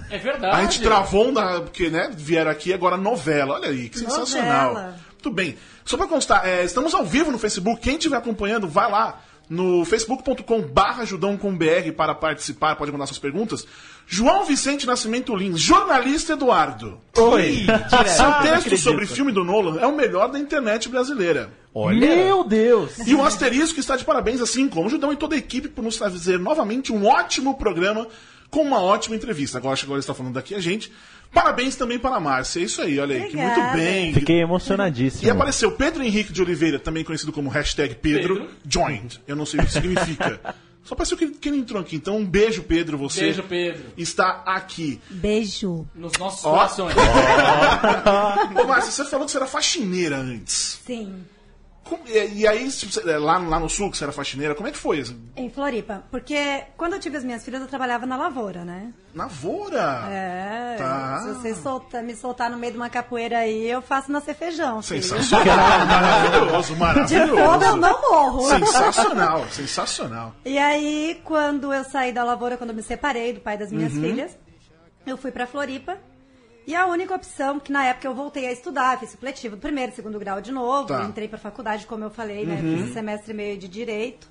É
A
verdade.
gente travou um da. Porque, né? Vieram aqui agora novela. Olha aí, que sensacional.
Novela.
Muito bem. Só pra constar, é, estamos ao vivo no Facebook. Quem estiver acompanhando, vai lá no facebook.com barra para participar, pode mandar suas perguntas. João Vicente Nascimento Lins, jornalista Eduardo.
Oi.
Seu texto sobre filme do Nolan é o melhor da internet brasileira.
Meu Deus!
E o asterisco está de parabéns, assim como o Judão e toda a equipe, por nos trazer novamente um ótimo programa com uma ótima entrevista. Agora, acho que agora está falando daqui a gente. Parabéns também para a Márcia. É isso aí, olha aí. que
Obrigada.
muito bem.
Fiquei
E
emocionadíssimo.
apareceu Pedro Henrique de Oliveira, também conhecido como hashtag Pedro, joined. Eu não sei o que
[LAUGHS]
significa. Só pareceu que ele, que ele entrou aqui. Então, um beijo, Pedro. Você
Beijo, Pedro.
está aqui.
Beijo.
Nos nossos
Ó.
corações.
Ô, Márcia, você falou que você era faxineira antes.
Sim.
Como- e, e aí, tipo, você- lá, lá no sul, que você era faxineira, como é que foi? assim?
Em Floripa, porque quando eu tive as minhas filhas, eu trabalhava na lavoura, né?
Lavoura!
É.
Tá.
Se você solta- me soltar no meio de uma capoeira aí, eu faço nascer feijão. filho.
Sensacional, maravilhoso,
De fome eu
maravilhoso.
não morro.
Sensacional, sensacional.
E aí, quando eu saí da lavoura, quando eu me separei do pai das minhas
Uhum.
filhas, eu fui pra Floripa. E a única opção, que na época eu voltei a estudar, fiz supletivo do primeiro, segundo grau de novo,
Tá. Uhum.
entrei pra faculdade, como eu falei, né? Fiz um semestre e meio de direito.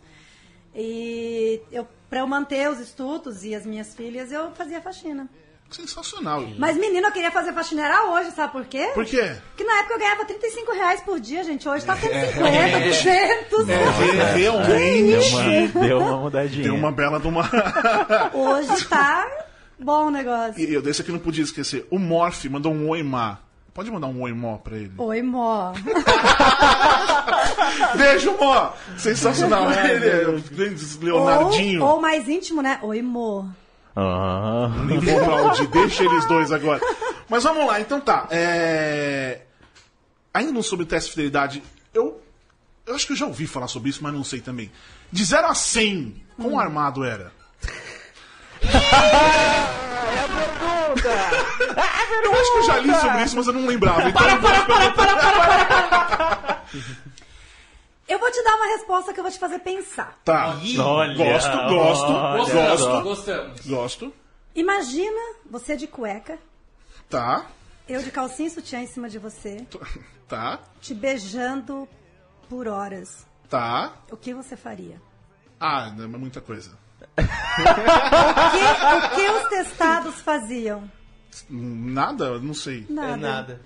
E eu, pra eu manter os estudos e as minhas filhas, eu fazia faxina.
Uhum. Sensacional.
Mas, menina, eu queria fazer faxineira hoje, sabe por quê?
Por quê?
Porque na época eu ganhava 35 reais por dia, gente. Hoje tá 150, 200.
É, re-
Deu
realmente
uma, deu uma mudadinha.
deu uma bela de uma.
Hoje tá bom o negócio.
É. E eu desse aqui não podia esquecer. O Morph mandou um oi má. Pode mandar um oi mó pra ele.
Oi, mó.
Beijo, mó! Sensacional. Ele é o grande Leonardinho.
Ou, ou mais íntimo, né? Oi, mô.
Ah.
Nem vou pra onde. Deixa eles dois agora. Mas vamos lá, então tá. É... Ainda não sobre teste de fidelidade, eu... eu acho que eu já ouvi falar sobre isso, mas não sei também. De 0 a 100, quão armado era? [LAUGHS] Eu acho que eu já li sobre isso, mas eu não lembrava. Então,
Para, para, para, para, para, para.
Eu vou te dar uma resposta que eu vou te fazer pensar.
Tá.
Olha,
gosto, gosto, gosto,
Gostamos, gostamos.
gosto.
Imagina você de cueca,
Tá, [LAUGHS]
eu de calcinha e sutiã em cima de você,
tá,
te beijando por horas.
tá.
O que você faria?
Ah, não é muita coisa.
O que, o que os testados faziam?
Nada, não sei.
Nada.
É nada.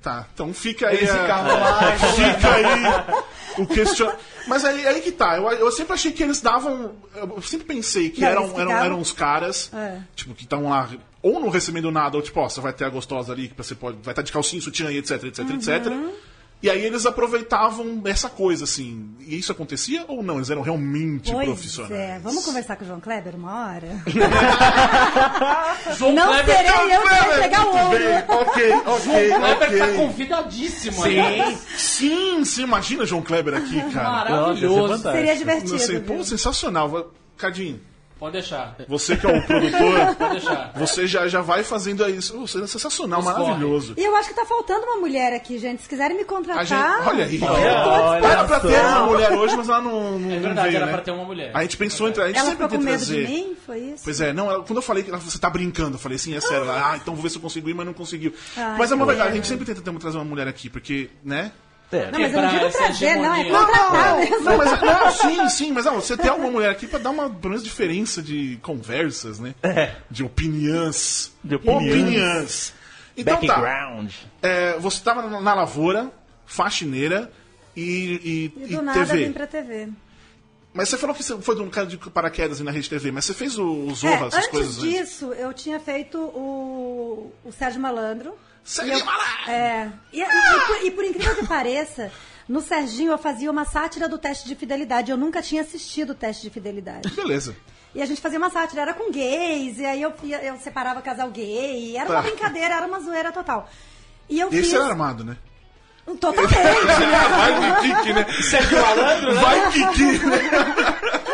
Tá, então fica aí.
Eles
a-
ficavam
[LAUGHS]
lá,
Fica aí o question... Mas aí, aí que tá. Eu, eu sempre achei que eles davam. Eu sempre pensei que
Não,
eram,
eles
eram,
ficavam-
eram uns caras,
É.
tipo, que estão lá ou não recebendo nada, ou tipo, ó, você vai ter a gostosa ali, que você pode. Vai estar de calcinha, sutiã e etc, etc,
Uhum.
etc. E aí eles aproveitavam essa coisa, assim. E isso acontecia ou não? Eles eram realmente
Pois
profissionais.
é, vamos conversar com o João Kleber uma hora?
João
Não
Kleber,
serei Tá eu que
Kleber,
vai pegar o
muito
ouro.
Tá bem, ok,
João Kleber tá
ok, ok.
convidadíssimo.
Sim,
né?
sim, sim, imagina João Kleber aqui, cara.
Nossa, ia
Maravilhoso.
ser
Seria
Não
divertido.
sei,
viu?
pô, sensacional. Va- Cadinho,
Pode deixar.
você que é o
[LAUGHS]
produtor,
Pode deixar.
você já, já vai fazendo isso. Pô, Isso é sensacional,
Escorre.
maravilhoso.
E eu acho que tá faltando uma mulher aqui, gente. Se quiserem me contratar.
A gente, olha aí,
Olha
era pra
só.
ter uma mulher hoje, mas ela não, não,
É
não
verdade,
veio,
era
né?
pra ter uma mulher.
A gente pensou em tra- a gente
Ela
sempre
ficou com
tenta
medo
trazer.
de mim? Foi isso?
Pois é, não, ela- quando eu falei que ela, você tá brincando, eu falei assim, é sério, ela, ah, então vou ver se eu consigo ir, mas não conseguiu.
Ai,
mas é uma
que
verdade, a
pena.
gente sempre tenta ter- trazer uma mulher aqui, porque, né?
Não, mas eu não
Quebrar
digo
essa
trazer, não, é
hegemonia. Não,
contratar mesmo.
Não, mas não, sim, sim, mas não, você tem alguma mulher aqui pra dar uma pelo menos, diferença de conversas, né?
É.
De opiniões.
De opiniões.
Opiniões. Então tá.
Background.
é, você tava na, na lavoura, faxineira e,
E
e,
do
e
nada vim
TV.
pra TV.
Mas você falou que você foi de um cara de paraquedas aí na rede TV, mas você fez o, o
É,
Zorra, essas
antes
coisas né? antes?
disso, eu tinha feito o, o Sérgio Malandro.
Sérgio
E eu-
Malandro!
É. E, e- e por, e por incrível que pareça, no Serginho eu fazia uma sátira do teste de fidelidade. Eu nunca tinha assistido o teste de fidelidade.
Beleza.
E a gente fazia uma sátira, era com gays, e aí eu, ia- eu separava casal gay, e era
Tá.
uma brincadeira, era uma zoeira total. E eu
E aí
fiz
você era armado,
[LAUGHS]
né?
Um totalmente. né?
Vai que que, né? Sérgio Malandro, né? Vai que que, né?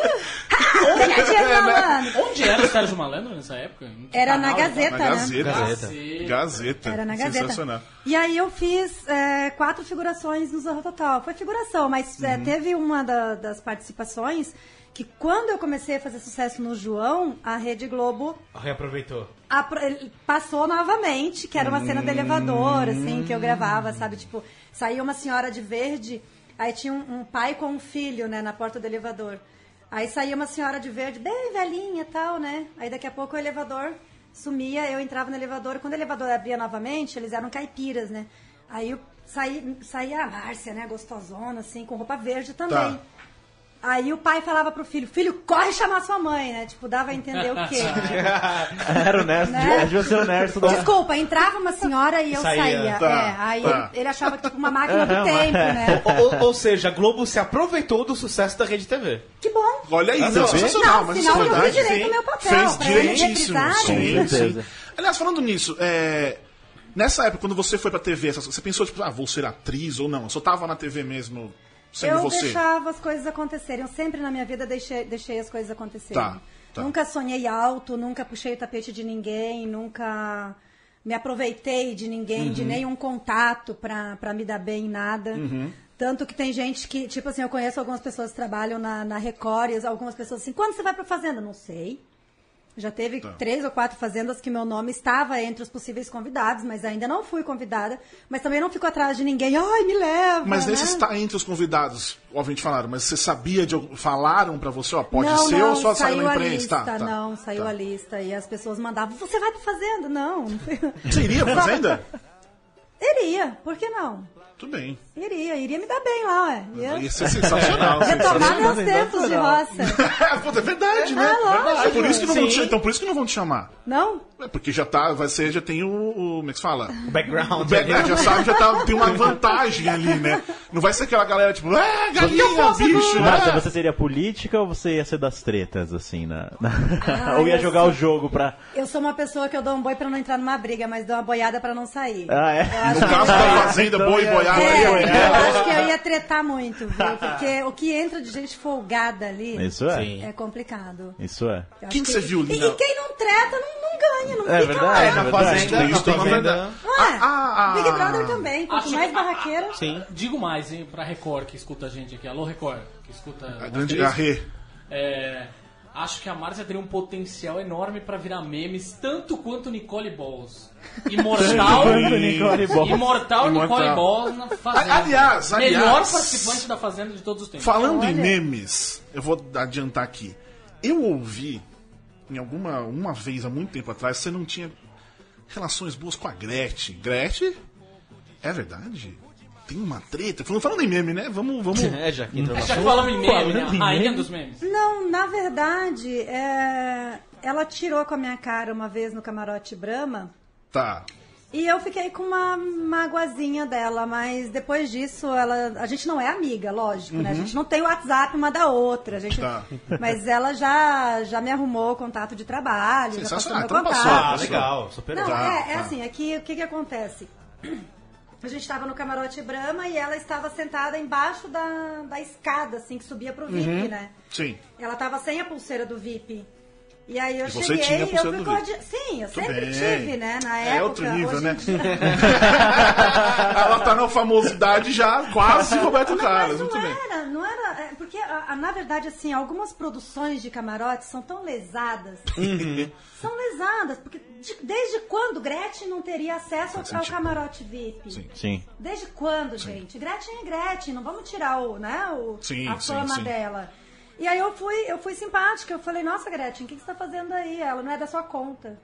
Ele tinha falando.
Onde era o Sérgio Malandro nessa época? Em que
Era
canal
na
e tal?
Gazeta,
Na
né?
Gazeta.
Sim.
Gazeta.
Era na Gazeta.
Sensacional.
E aí eu fiz é, quatro figurações no Zorro Total. Foi figuração, mas é, teve uma da- das participações que quando eu comecei a fazer sucesso no João, a Rede Globo
Reaproveitou.
apro- ele passou novamente, que era uma cena do elevador, assim, que eu gravava, sabe? Tipo, saía uma senhora de verde, aí tinha um, um pai com um filho, né, na porta do elevador. Aí saía uma senhora de verde, bem velhinha e tal, né? Aí daqui a pouco o elevador sumia, eu entrava no elevador. Quando o elevador abria novamente, eles eram caipiras, né? Aí eu saí, saía a Márcia, né, gostosona, assim, com roupa verde também.
Tá.
Aí o pai falava pro filho, filho, corre chamar sua mãe, né? Tipo, dava a entender o quê?
Era o Nerso,
Né?
né? devia ser o Nerso da...
Desculpa, entrava uma senhora e eu
Saía.
saía.
Tá,
É, aí
tá.
ele, ele achava que tipo uma máquina do tempo,
[LAUGHS]
né?
ou, ou- ou seja, a Globo se aproveitou do sucesso da Rede TV.
Que bom.
Olha aí,
vê?
sensacional, mas isso é
afinal eu fiz
verdade.
direito
sim.
o meu papel. né? é
Fez
pra
direitíssimo.
eles reprisarem.
Com certeza.
Aliás, falando nisso, é, nessa época, quando você foi pra TV, essas- você pensou, tipo, ah, vou ser atriz ou não? Eu só tava na TV mesmo, sendo
Eu
você.
deixava as coisas acontecerem. Eu sempre na minha vida deixei, deixei as coisas acontecerem.
Tá, tá.
Nunca sonhei alto, nunca puxei o tapete de ninguém, nunca me aproveitei de ninguém,
Uhum.
de nenhum contato pra, pra me dar bem em nada.
Uhum.
Tanto que tem gente que, tipo assim, eu conheço algumas pessoas que trabalham na, na Record, e algumas pessoas assim, quando você vai pra fazenda? Não sei. Já teve
Tá.
três ou quatro fazendas que meu nome estava entre os possíveis convidados, mas ainda não fui convidada. Mas também não fico atrás de ninguém. Ai, me leva.
Mas nesse
né?
está entre os convidados, obviamente falaram, mas você sabia de algum- Falaram pra você, ó, pode
não,
ser
não,
ou só saiu na
a
imprensa?
Lista,
Tá, tá,
Não, saiu
tá.
a lista e as pessoas mandavam, você vai pra fazenda? Não.
Você iria pra fazenda?
[LAUGHS] iria, por que não?
Tudo bem.
Iria, iria me dar bem lá, ué. Ia,
Ia ser
[LAUGHS]
sensacional.
ia tomar
sensacional. [LAUGHS]
meus tempos de roça.
Puta, é verdade, né?
É, lógico.
Verdade. Por isso que não vão te-
Sim.
então por isso que não vão te chamar.
Não?
É porque já tá, vai ser, já tem o, o como é que se
[LAUGHS]
fala?
O background.
O background já sabe, já tá, tem uma vantagem ali, né? Não vai ser aquela galera tipo, ah, galinha, bicho,
Marta,
ah.
você seria política ou você ia ser das tretas, assim, na... na-
Ah,
[LAUGHS] ou ia
eu
jogar
sou-
o jogo pra...
Eu sou uma pessoa que eu dou um boi pra não entrar numa briga, mas dou uma boiada pra não sair.
Ah, é?
Eu acho
No
que-
caso da fazenda,
Então
boi e
ia-
folgada
É,
aí, ó.
eu acho que eu ia tretar muito, viu? Porque o que entra de gente folgada ali
Isso é.
Sim.
é complicado.
Isso é.
Eu acho
Quem que você viu,
e,
Lina?
e quem não treta não, não ganha, não
É
fica
verdade,
lá.
é
Na
verdade.
fazenda,
Tem
na
isso, tem uma
fazenda.
verdade.
Ué,
Ah, ah,
Big
ah.
Brother também, quanto
Acho
mais
que-
barraqueira.
Sim. Digo mais, hein, pra Record que escuta a gente aqui. Alô, Record, que escuta.
A
nós
grande
três.
garrê.
É, acho que a Márcia teria um potencial enorme pra virar memes, tanto quanto Nicole Balls.
[LAUGHS]
Imortal.
Tá Nicole Balls.
Imortal Nicole
Imortal.
Balls na Fazenda.
A- aliás, aliás.
Melhor participante da Fazenda de todos os tempos.
Falando em
Olha.
memes, eu vou adiantar aqui. Eu ouvi em alguma uma vez há muito tempo atrás, você não tinha relações boas com a Gretchen. Gretchen? É verdade? Tem uma treta. Falando, falando em meme, né? Vamos, vamos.
É, já
Hum.
que entrou no
Já que
assunto.
falamos em meme, né?
Falando em
A rainha
meme.
dos memes.
Não, na verdade, é, ela tirou com a minha cara uma vez no camarote Brahma.
Tá.
E eu fiquei com uma magoazinha dela, mas depois disso, ela, a gente não é amiga, lógico, né? A gente não tem o WhatsApp uma da outra. a gente-
Tá.
[LAUGHS] Mas ela já, já me arrumou contato de trabalho, já passou
Sensacional.
meu
Então
contato.
passou.
Ah, legal, superou.
Não,
Tá,
é, é
tá.
assim, aqui o que, que acontece? [CLEARS THROAT] A gente estava no camarote Brahma e ela estava sentada embaixo da, da escada, assim, que subia pro VIP,
Uhum.
né?
Sim. [LAUGHS]
Ela tava sem a pulseira do VIP. E aí eu
E você
cheguei
tinha a
e eu
pulseira
fui
do VIP.
cordi- Sim, eu
Tudo
sempre
bem.
tive, né? Na
É
época.
outro nível,
hoje
né?
em dia-
[LAUGHS] Ela tá na famosidade já, quase Roberto
Não, é.
Carlos.
mas
Ah, Muito
não
bem.
era, não era. é, Porque, a- a- na verdade, assim, algumas produções de camarote são tão lesadas.
Uhum.
São lesadas. Porque de- desde quando Gretchen não teria acesso ao, ao
sentido.
camarote VIP?
Sim.
Sim.
Desde quando, gente? Gretchen é Gretchen, não vamos tirar o, né, o,
Sim,
a
sim,
fama
sim.
dela. E aí eu fui, eu fui simpática, eu falei, nossa, Gretchen, o que, que você tá fazendo aí? Ela não é da sua conta.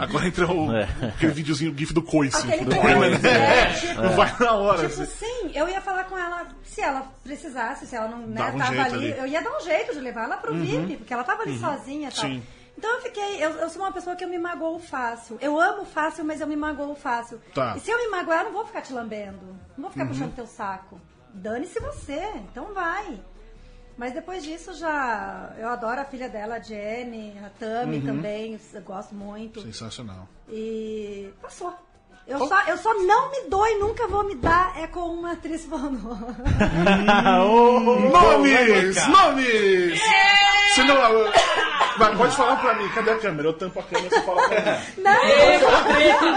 Agora entrou o,
É.
aquele videozinho, o GIF do coice.
Hum. Aquele
Do
coice,
coice, né?
é, tipo-
Não vai na hora. né?
Tipo, sim, eu ia falar com ela se ela precisasse, se ela não né,
Dava um
tava
jeito
ali,
ali. Uhum.
Eu ia dar um jeito de levar ela pro VIP, porque ela tava ali sozinha e tal.
Sim.
Então eu fiquei, eu, eu sou uma pessoa que eu me magoo fácil. Eu amo fácil, mas eu me magoo fácil.
Tá. Uhum.
E se eu me magoar, eu não vou ficar te lambendo. Não vou ficar puxando teu saco. Dane-se você, então vai. Mas depois disso já. Eu adoro a filha dela, a Jenny, a Tami
Uhum.
também, eu gosto muito.
Sensacional.
E passou. Eu só, eu só não me dou e nunca vou me dar é com uma atriz
[LAUGHS]
pornô.
Nomes! Nomes! Se não, eu- mas pode falar pra mim, cadê a câmera? Eu tampo a câmera e você fala pra mim. É.
Não,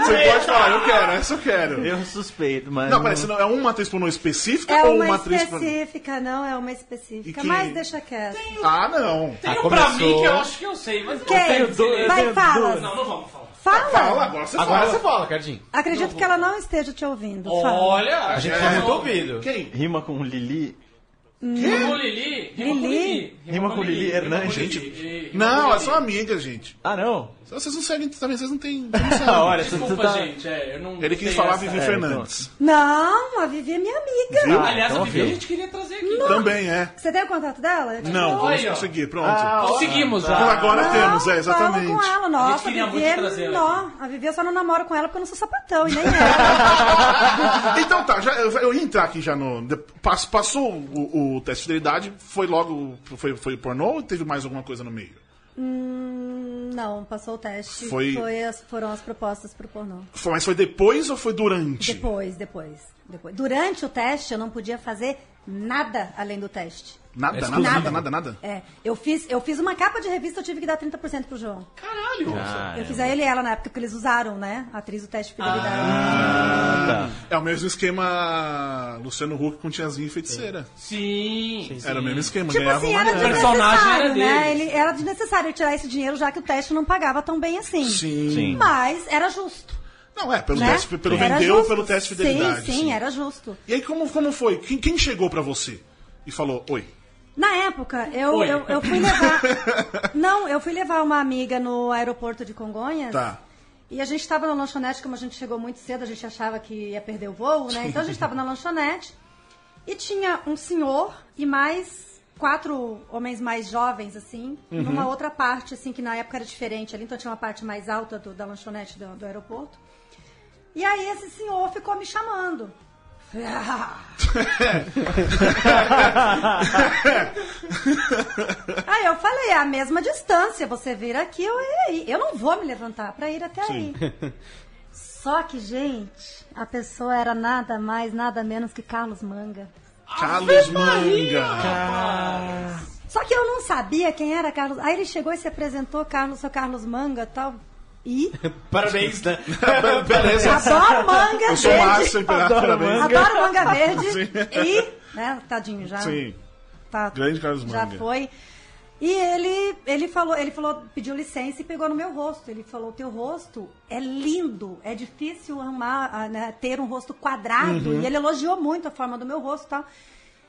[LAUGHS] Você pode falar, eu quero, essa eu quero.
Eu suspeito, mas.
Não, peraí, se não é uma atriz pornô específica
é
ou
uma
uma atriz pornô?
específica, não, é uma
E
específica.
que-
Mas deixa quieto.
Ah, não.
Tem um pra mim que eu acho que eu sei, mas
Quem?
não sei.
Vai,
Não,
fala.
não vamos falar.
Fala.
Fala, agora você
Agora
fala.
você fala, Cardinho.
Acredito que ela não esteja te ouvindo. Fala.
Olha, é, a
gente tá muito ouvido.
Quem?
Rima com Lili.
Rima com Lili. Rima com Lili.
Rima com Lili
Rima
Hernandes,
com
é, né, gente.
Lili. Rima
Não,
com
é só amiga, gente.
Ah, não?
Só Vocês não seguem, também vocês não têm. vocês não sabem.
Olha, você
Desculpa,
tá.
gente. É, eu não
Ele quis
tenho
falar
essa-
Vivi
É,
Fernandes.
Não, a Vivi é minha amiga.
Viu?
Aliás,
Então,
a Vivi a
filho.
gente queria trazer aqui.
Também é.
Você tem o contato dela? Eu te
Não,
dou.
vamos
Aí, ó. Ah, tá.
conseguir, pronto.
Conseguimos
Então
já.
agora
Não,
temos, é,
Fala com
exatamente.
ela, nossa.
queria
A Vivi,
muito
é-
trazer ela
não, a Vivi eu só não namoro com ela porque eu não sou sapatão
[LAUGHS]
e nem ela.
Então tá, já, eu, eu ia entrar aqui já no. de- pass- passou o, o teste de fidelidade, foi logo. Foi, foi pornô ou teve mais alguma coisa no meio?
Hum, não, passou o teste.
Foi-
Foi as- foram as propostas pro pornô.
Foi- mas foi depois ou foi durante?
Depois, depois, depois. Durante o teste, eu não podia fazer nada além do teste.
Nada,
É
nada,
exclusivo.
Tá nada, nada, nada.
É, eu fiz, eu fiz uma capa de revista, eu tive que dar 30% pro João.
Caralho.
Eu fiz a ele e ela na época que eles usaram, né? A atriz do teste de fidelidade.
Ah, É o mesmo esquema Luciano Huck com Tiazinha e Feiticeira.
Sim.
Era o mesmo esquema,
Tipo
ganhava
assim,
uma
era
grana.
personagem era
desnecessário, né?
deles.
Ele, era desnecessário eu tirar esse dinheiro, já que o teste não pagava tão bem assim.
Sim.
Sim.
Mas era justo,
Não, é, pelo,
né?
teste, pelo
Era
vendeu
justo.
pelo teste de fidelidade.
Sim, é. sim, era justo.
E aí como, como foi? Quem, quem chegou pra você e falou, oi?
Na época, eu,
Oi.
eu, eu fui levar. Não, eu fui levar uma amiga no aeroporto de Congonhas.
Tá.
E a gente estava na lanchonete, como a gente chegou muito cedo, a gente achava que ia perder o voo, né? Então a gente estava na lanchonete e tinha um senhor e mais quatro homens mais jovens, assim, numa outra parte, assim, que na época era diferente ali, então tinha uma parte mais alta do- da lanchonete do, do aeroporto. E aí esse senhor ficou me chamando. Falei, "Ah, Aí eu falei, é a mesma distância, você vir aqui, eu, eu não vou me levantar pra ir até aí. Só que, gente, a pessoa era nada mais, nada menos que Carlos Manga. Ah,
Carlos Manga.
Só que eu não sabia quem era Carlos. Aí ele chegou e se apresentou, Carlos, sou Carlos Manga tal. E
Parabéns,
[LAUGHS]
né?
Beleza.
adoro manga
Eu sou
verde.
massa, parabéns.
Adoro manga verde.
Sim.
E, né, tadinho, já.
Sim.
tá-
Grande Carlos
Já
Manga.
foi. E ele, ele falou, ele falou, pediu licença e pegou no meu rosto. Ele falou: teu rosto é lindo, é difícil amar, ah, né, ter um rosto quadrado.
Uhum.
E ele elogiou muito a forma do meu rosto e tal.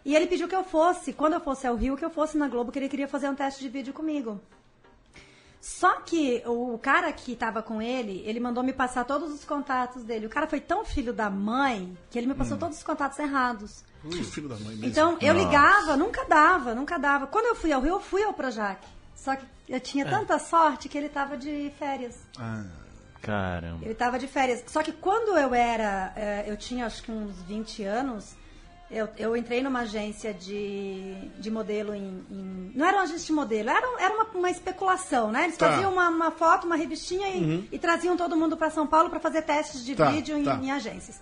E ele pediu que eu fosse, quando eu fosse ao Rio, que eu fosse na Globo, que ele queria fazer um teste de vídeo comigo. Só que o cara que tava com ele, ele mandou me passar todos os contatos dele. O cara foi tão filho da mãe que ele me
Hum.
passou todos os contatos errados.
Que filho da mãe mesmo.
Então, eu ligava, nunca dava, nunca dava. Quando eu fui ao Rio, eu fui ao Projac. Só que eu tinha tanta sorte que ele tava de férias.
Caramba.
Ele tava de férias. Só que quando eu era, eh, eu tinha acho que uns 20 anos, eu, eu entrei numa agência de, de modelo em, em- Não era uma agência de modelo, era, um- era uma, uma especulação, né? Eles
Tá.
faziam uma, uma foto, uma revistinha e, e traziam todo mundo para São Paulo para fazer testes de
Tá,
vídeo em-
tá.
em agências.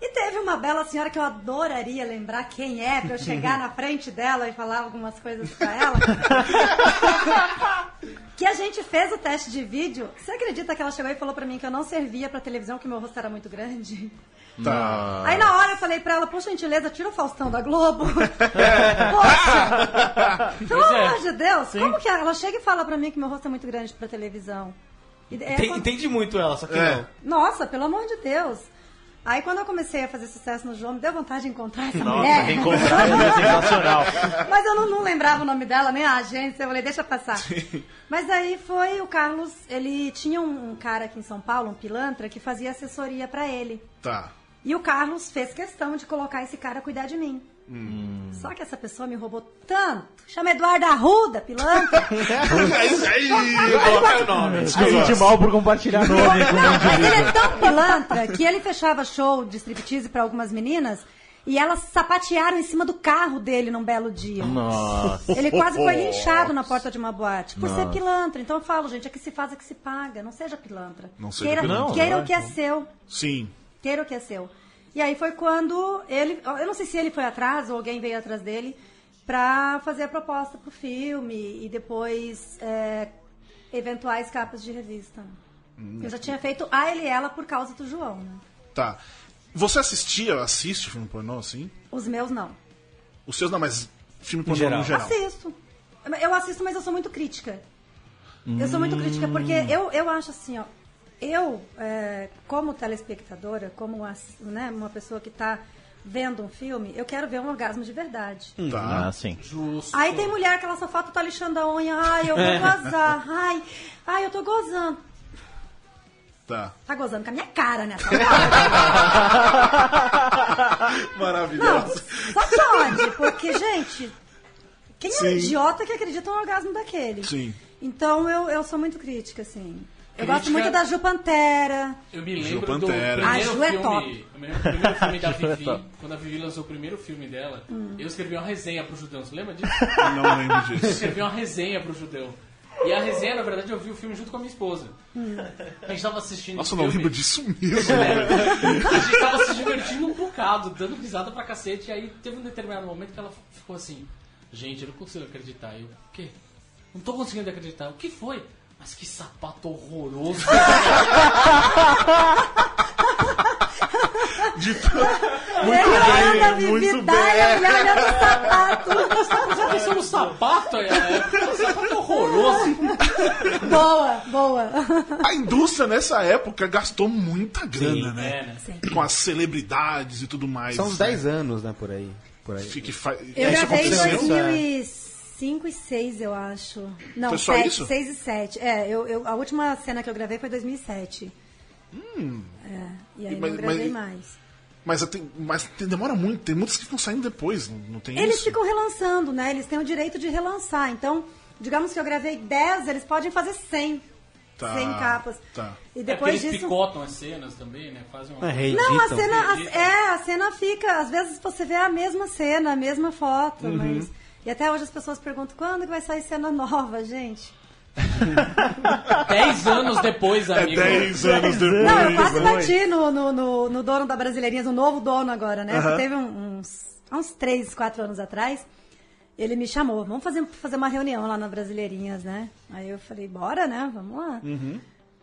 E teve uma bela senhora que eu adoraria lembrar quem é, pra
[LAUGHS]
eu chegar na frente dela e falar algumas coisas pra ela. que a gente fez o teste de vídeo. Você acredita que ela chegou e falou pra mim que eu não servia pra televisão, que meu rosto era muito grande?
Tá.
Aí na hora eu falei pra ela, por gentileza, tira o Faustão da
[LAUGHS]
Globo. Poxa! Pelo
Pois é.
amor de Deus, como que ela chega e fala pra mim que meu rosto é muito grande pra televisão? E- é
Tem-
quando-
Entende muito ela, só
Então,
que
É.
não.
nossa, pelo amor de Deus. Aí quando eu comecei a fazer sucesso no João, me deu vontade de encontrar essa mulher.
Nossa, quem comprar é sensacional.
[LAUGHS] Mas eu não, não lembrava o nome dela, nem a agência. Eu falei, deixa passar. Mas aí foi o Carlos, ele tinha um, um cara aqui em São Paulo, um pilantra, que fazia assessoria pra ele.
Tá.
E o Carlos fez questão de colocar esse cara a cuidar de mim. Só que essa pessoa me roubou tanto. Chama Eduardo Arruda, pilantra.
Aí, aí,
Qual é o nome?
[LAUGHS] Me senti mal por compartilhar
[LAUGHS]
nome com
Não, mas ele é tão pilantra que ele fechava show de striptease pra algumas meninas e elas sapatearam em cima do carro dele num belo dia.
Nossa.
Ele quase foi linchado na porta de uma boate por ser pilantra. Então eu falo, gente, é que se faz, é que se paga. Não seja pilantra.
Não seja
queira,
pilantra. né?
queira o que é seu.
Sim.
Queira o que é seu. E aí foi quando ele. Eu não sei se ele foi atrás ou alguém veio atrás dele pra fazer a proposta pro filme e depois é, eventuais capas de revista. Eu já tinha feito a ele e ela por causa do João, né?
Tá. Você assistia, assiste filme pornô, assim?
Os meus não.
Os seus não, mas filme pornô
geral.
no geral.
Assisto. Eu assisto, mas eu sou muito crítica. Eu sou muito crítica porque eu, eu acho assim, ó. Eu, é, como telespectadora, como as- né, uma pessoa que tá vendo um filme, eu quero ver um orgasmo de verdade.
Tá.
Ah, sim.
Aí tem mulher que ela só falta tá lixando a unha. Ai, eu vou
É.
gozar. Ai, ai, eu tô gozando.
Tá.
Tá gozando com a minha cara, né? essa Não,
Maravilhoso.
só pode, porque, gente, quem
Sim.
é idiota que acredita no orgasmo daquele?
Sim.
Então eu, eu sou muito crítica, assim. Eu
Crítica-
gosto muito da Ju Pantera.
Eu
Ju
me lembro do
Pantera.
primeiro
A Ju
filme,
é top.
o primeiro- primeiro filme da Vivi, quando a Vivi lançou o primeiro filme dela, eu escrevi uma resenha pro Judão, você lembra disso?
Não lembro
Eu
disso.
escrevi uma resenha pro Judão. E a resenha, na verdade, eu vi o filme junto com a minha esposa. A gente tava assistindo
Nossa,
o
eu não
filme,
lembro disso mesmo, velho.
a gente tava se divertindo um bocado, dando risada pra cacete, e aí teve um determinado momento que ela ficou assim, gente, eu não consigo acreditar. Eu, o quê? Não tô conseguindo acreditar. O que foi? Mas que sapato [LAUGHS] horroroso.
De tanto- Muito
Lembrando a
bem, muito
Dai, a
bem.
mulher olhando o
[LAUGHS]
sapato.
Já pensou no sapato? É, é um sapato horroroso.
boa, boa.
A indústria nessa época gastou muita grana, né?
É, né?
Com as celebridades e tudo mais.
São uns 10 anos, né, por aí. Por aí.
Fique fa... é,
Eu
isso
gravei em
aconteceu?
2005 e 6, eu acho. Não,
Foi só
7,
isso?
6 e 7. É, eu, eu- a última cena que eu gravei foi 2007. É, e aí
Hum. E mas-
não gravei
mas-
mais.
Mas, tem- mas tem- demora muito, tem muitos que ficam saindo depois, não, não tem
Eles
isso?
ficam relançando, né? Eles têm o direito de relançar. Então, digamos que eu gravei 10, eles podem fazer 100.
Tá,
100 capas.
tá.
E
É porque
depois
eles
disso...
picotam as cenas também, né? Fazem
É
uma...
Não, a cena, a- é, a cena fica. Às vezes você vê a mesma cena, a
Uhum.
mesma foto, mas. E até hoje as pessoas perguntam quando que vai sair cena nova, gente.
Dez anos depois,
É
amigo.
10 anos
Não, eu
depois. né?
quase bati no, no, no- no dono da Brasileirinhas, o novo dono agora, né? Que Teve um- uns, há uns 3, 4 anos atrás. Ele me chamou, vamos fazer, fazer uma reunião lá na Brasileirinhas, né? Aí eu falei, bora, né? Vamos lá.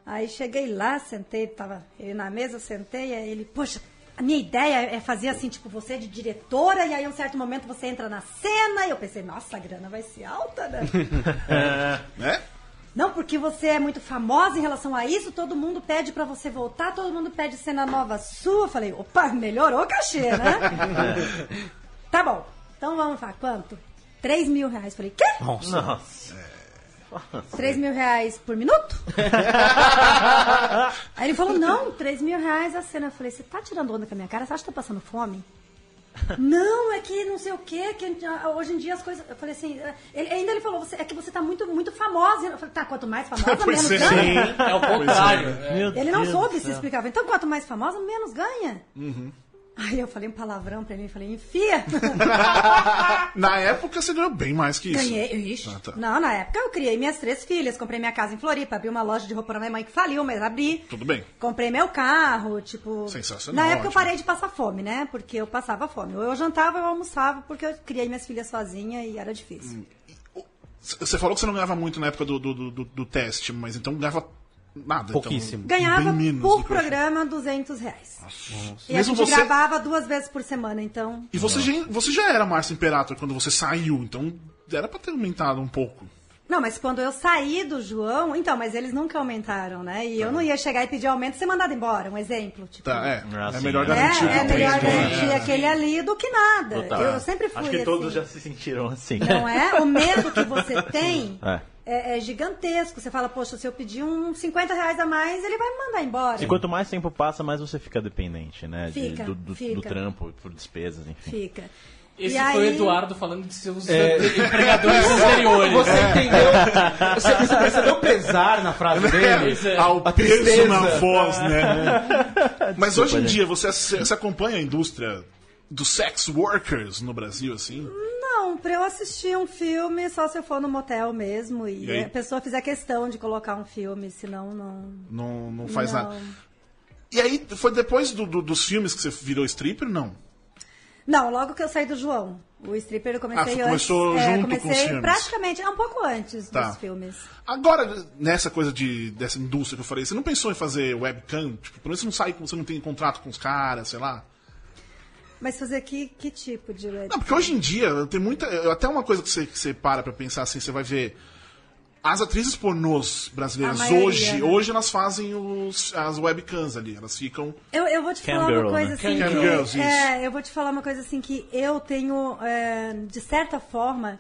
Aí cheguei lá, sentei, tava ele na mesa, eu sentei, aí ele, poxa, a minha ideia é fazer assim, tipo, você de diretora, e aí em um certo momento você entra na cena, e eu pensei, nossa, a grana vai ser alta, né?
Né?
Não, porque você é muito famosa em relação a isso, todo mundo pede pra você voltar, todo mundo pede cena nova sua. Eu Falei, opa, melhorou o cachê, né? tá bom, então vamos falar, quanto? 3 mil reais. Eu Falei, quê?
Nossa.
3 mil reais
[LAUGHS]
por minuto? Aí ele falou, não, 3 mil reais a cena. Eu falei, você tá tirando onda com a minha cara? Você acha que eu tô passando fome? Não, é que não sei o quê, que ah, hoje em dia as coisas. Eu falei assim, eh, ele, ainda ele falou, você, é que você tá muito, muito famosa. Eu falei, tá, quanto
[LAUGHS]
mais famosa,
Pois
menos
é.
ganha.
É o contrário. É.
Meu
Ele não
Deus
soube
do
se
céu. Uhum.
explicava. Então, quanto mais famosa, menos ganha. Aí eu falei um palavrão pra ele, falei, enfia.
Ah, Na época você ganhou bem mais que isso.
Ganhei, ixi.
Ah, tá.
Não, na época eu criei minhas três filhas, comprei minha casa em Floripa, abri uma loja de roupa na minha mãe que faliu, mas abri.
Tudo bem.
Comprei meu carro, tipo...
Sensacional,
Na época eu
ótimo.
parei de passar fome, né? Porque eu passava fome. Ou eu jantava ou eu almoçava, porque eu criei minhas filhas sozinha e era difícil.
Hum, C- Você falou que você não ganhava muito na época do, do, do, do teste, mas então ganhava nada.
Pouquíssimo.
Então,
Ganhava
bem menos do
por
que eu achava.
programa 200 reais. E
Mesmo
a gente
você-
gravava duas vezes por semana, então...
E você já, você já era Márcio Imperator quando você saiu, então era pra ter aumentado um pouco.
Não, mas quando eu saí do João, então, mas eles nunca aumentaram, né? E eu não ia chegar e pedir aumento e ser mandado embora, um exemplo. Tipo,
Tá, é.
Ah,
é
sim,
melhor
é.
garantir o
é,
que
é
tem.
melhor
então, é.
garantir aquele ali do que nada. Eu sempre fui
Acho que
assim.
todos já se sentiram assim.
Não é? O medo que
[LAUGHS]
você tem
É.
é. é gigantesco. Você fala, poxa, se eu pedir uns 50 reais a mais, ele vai me mandar embora.
E quanto mais tempo passa, mais você fica dependente, né? de-
Fica,
do, do- do
fica.
trampo, por despesas, enfim.
Fica.
Esse
E
foi o
aí-
Eduardo falando de seus
É.
empregadores exteriores.
Você entendeu? Você, você percebeu o pesar na frase dele?
Isso é.
Ao
A
peso
tristeza.
na voz, né? Mas hoje em
gente.
dia, você, ac- você acompanha a indústria dos sex workers no Brasil, assim?
Não, pra eu assistir um filme, só se eu for no motel mesmo e,
E aí?
a pessoa fizer questão de colocar um filme, senão não.
Não, não faz
não.
nada. E aí, foi depois do- do- dos filmes que você virou stripper? Não.
Não, logo que eu saí do João. O stripper eu
Ah, você
comecei antes.
começou
é,
junto com os
comecei
filmes.
praticamente, é um pouco antes
Tá.
dos filmes.
Agora, nessa coisa de, dessa indústria que eu falei, você não pensou em fazer webcam? Tipo, pelo menos você não sai, você não tem contrato com os caras, sei lá.
Mas fazer que, que tipo de web?
Não, porque hoje em dia tem muita. eu- Até uma coisa que você, que você para pra pensar assim, você vai ver. As atrizes pornôs brasileiras
A maioria,
hoje,
né?
hoje elas fazem os, as webcams ali, elas ficam.
Eu, eu vou te falar
Camgirl,
uma coisa
né?
assim.
Camgirl.
que-
Camgirls, isso.
é, eu vou te falar uma coisa assim que eu tenho, é, de certa forma,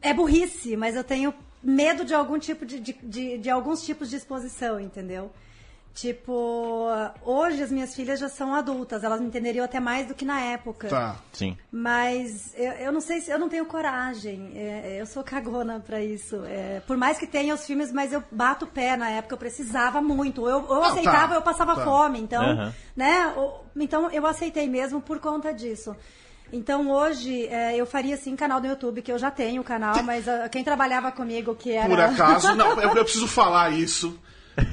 é burrice, mas eu tenho medo de algum tipo de, de, de, de alguns tipos de exposição, entendeu? Tipo, hoje as minhas filhas já são adultas, elas me entenderiam até mais do que na época.
Tá.
Sim.
Mas eu, eu não sei se eu não tenho coragem. É, eu sou cagona pra isso. É, por mais que tenha os filmes, mas eu bato o pé na época. Eu precisava muito. Eu, eu
tá,
aceitava, eu passava
tá.
fome. Então,
Aham.
né? o- Então eu aceitei mesmo por conta disso. Então hoje é, eu faria sim canal do YouTube, que eu já tenho o
[LAUGHS]
canal, mas ah, quem trabalhava comigo que era.
Por acaso. Não, eu,
[LAUGHS]
eu preciso falar isso.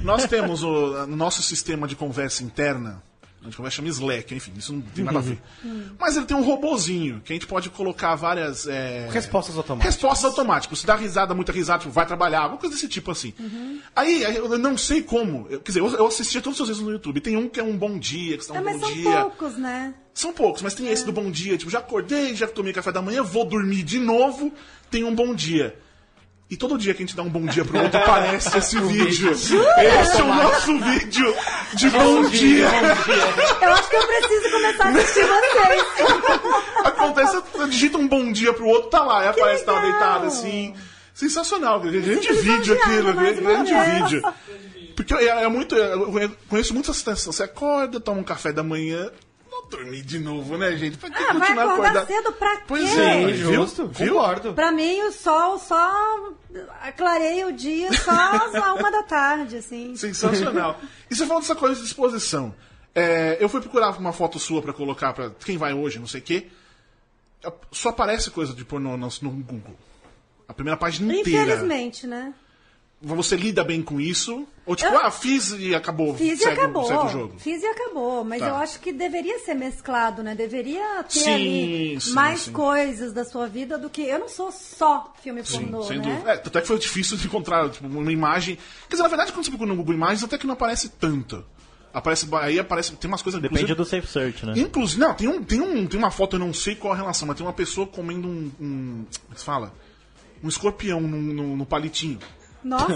Nós temos o, no nosso sistema de conversa interna. A gente conversa chama Slack, enfim, isso não tem nada a ver.
Hum.
Mas ele tem um robozinho que a gente pode colocar várias. é,
Respostas automáticas.
Respostas automáticas. Se dá risada, muita risada, tipo, vai trabalhar, alguma coisa desse tipo assim.
Uhum.
Aí aí eu não sei como. eu- quer dizer, eu, eu assistia todos os seus vídeos no YouTube. Tem um que é um bom dia, que está um
Ah, mas
bom
são
dia.
poucos, né?
São poucos, mas tem esse do bom dia, tipo, já acordei, já tomei café da manhã, vou dormir de novo, tem um bom dia. E todo dia que a gente dá um bom dia pro
[LAUGHS]
outro, aparece esse vídeo. Esse é o nosso vídeo de bom dia.
Eu acho que eu preciso começar a assistir
[LAUGHS]
vocês.
Acontece, você digita um bom dia pro outro, tá lá, e aparece, tá
legal.
deitado assim. Sensacional, cara. grande
sinto
vídeo aquilo,
lisonjeada mais
grande,
uma vez.
vídeo. Porque é, é muito. Eu conheço muito essa situação. Você acorda, toma um café da manhã. Não dormir de novo, né, gente? Pra que
Ah, vai
continuar
acordar
acordado?
cedo pra quê?
Pois é,
Sim,
viu?
justo.
Viu?
Concordo.
Pra mim, o sol só clareia o dia só às [LAUGHS] a uma da tarde, assim.
[LAUGHS] Sensacional. e você falou dessa coisa de disposição. É, eu fui procurar uma foto sua pra colocar pra quem vai hoje, não sei o quê. Só aparece coisa de pornô no, no Google. A primeira página inteira.
Infelizmente, né?
Você lida bem com isso? Ou tipo,
Eu-
ah, fiz e acabou.
Fiz
segue,
e acabou.
segue o jogo.
Fiz e acabou. Mas
Tá.
eu acho que deveria ser mesclado, né? Deveria ter
Sim,
ali
sim,
mais
sim.
coisas da sua vida do que. Eu não sou só filme pornô,
sem
né?
dúvida. É, tanto é que foi difícil de encontrar tipo, uma imagem. Quer dizer, na verdade, quando você procura no Google Imagens, até que não aparece tanto. Aparece, aí aparece, tem umas coisas...
Depende
inclusive-
do safe search, né?
Inclusive, não, tem, um, tem, um, tem uma foto, eu não sei qual a relação, mas tem uma pessoa comendo um. um- como que se fala? Um escorpião no, no- no palitinho. [LAUGHS]
Nossa,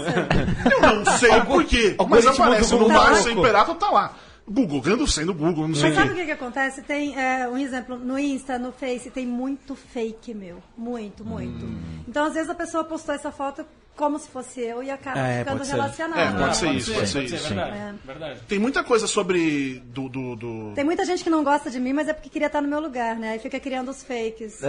Eu não sei por quê,
alguma
mas
gente
aparece
mandou
um
Google
bar
maluco.
sem perata, tá lá. Google, ganhando sem no Google, não sei
mas
o
sabe o
quê.
que, que acontece? Tem é, um exemplo no Insta, no Face, tem muito fake meu. Muito, muito.
Hum.
Então, às vezes, a pessoa postou essa foto como se fosse eu e acaba
É,
ficando
pode ser.
relacionada.
É, pode ser isso, pode ser
Pode ser,
isso.
verdade.
É.
verdade.
Tem muita coisa sobre. do. do, do-
Tem muita gente que não gosta de mim, mas é porque queria estar no meu lugar, né? Aí fica criando os fakes.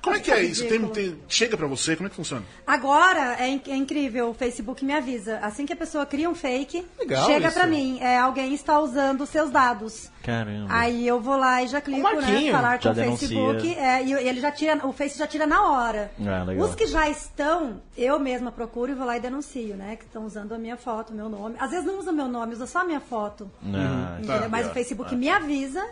Como é que é isso? Tem,
Ridículo.
tem- chega pra você, como é que funciona?
Agora é, in- é incrível, o Facebook me avisa. Assim que a pessoa cria um fake,
Legal
chega
isso.
pra mim. É, alguém está usando os seus dados.
Caramba.
Aí eu vou lá e já clico, né?
Marquinho.
Falar com
Já
o
denuncia.
Facebook. é, e ele já tira, o Face já tira na hora.
Ah, legal.
Os que já estão, eu mesma procuro e vou lá e denuncio, né? Que estão usando a minha foto, meu nome. Às vezes não usa meu nome, usa só a minha foto.
Uhum.
Ah, tá. Uhum.
entendeu? Mas o Facebook me avisa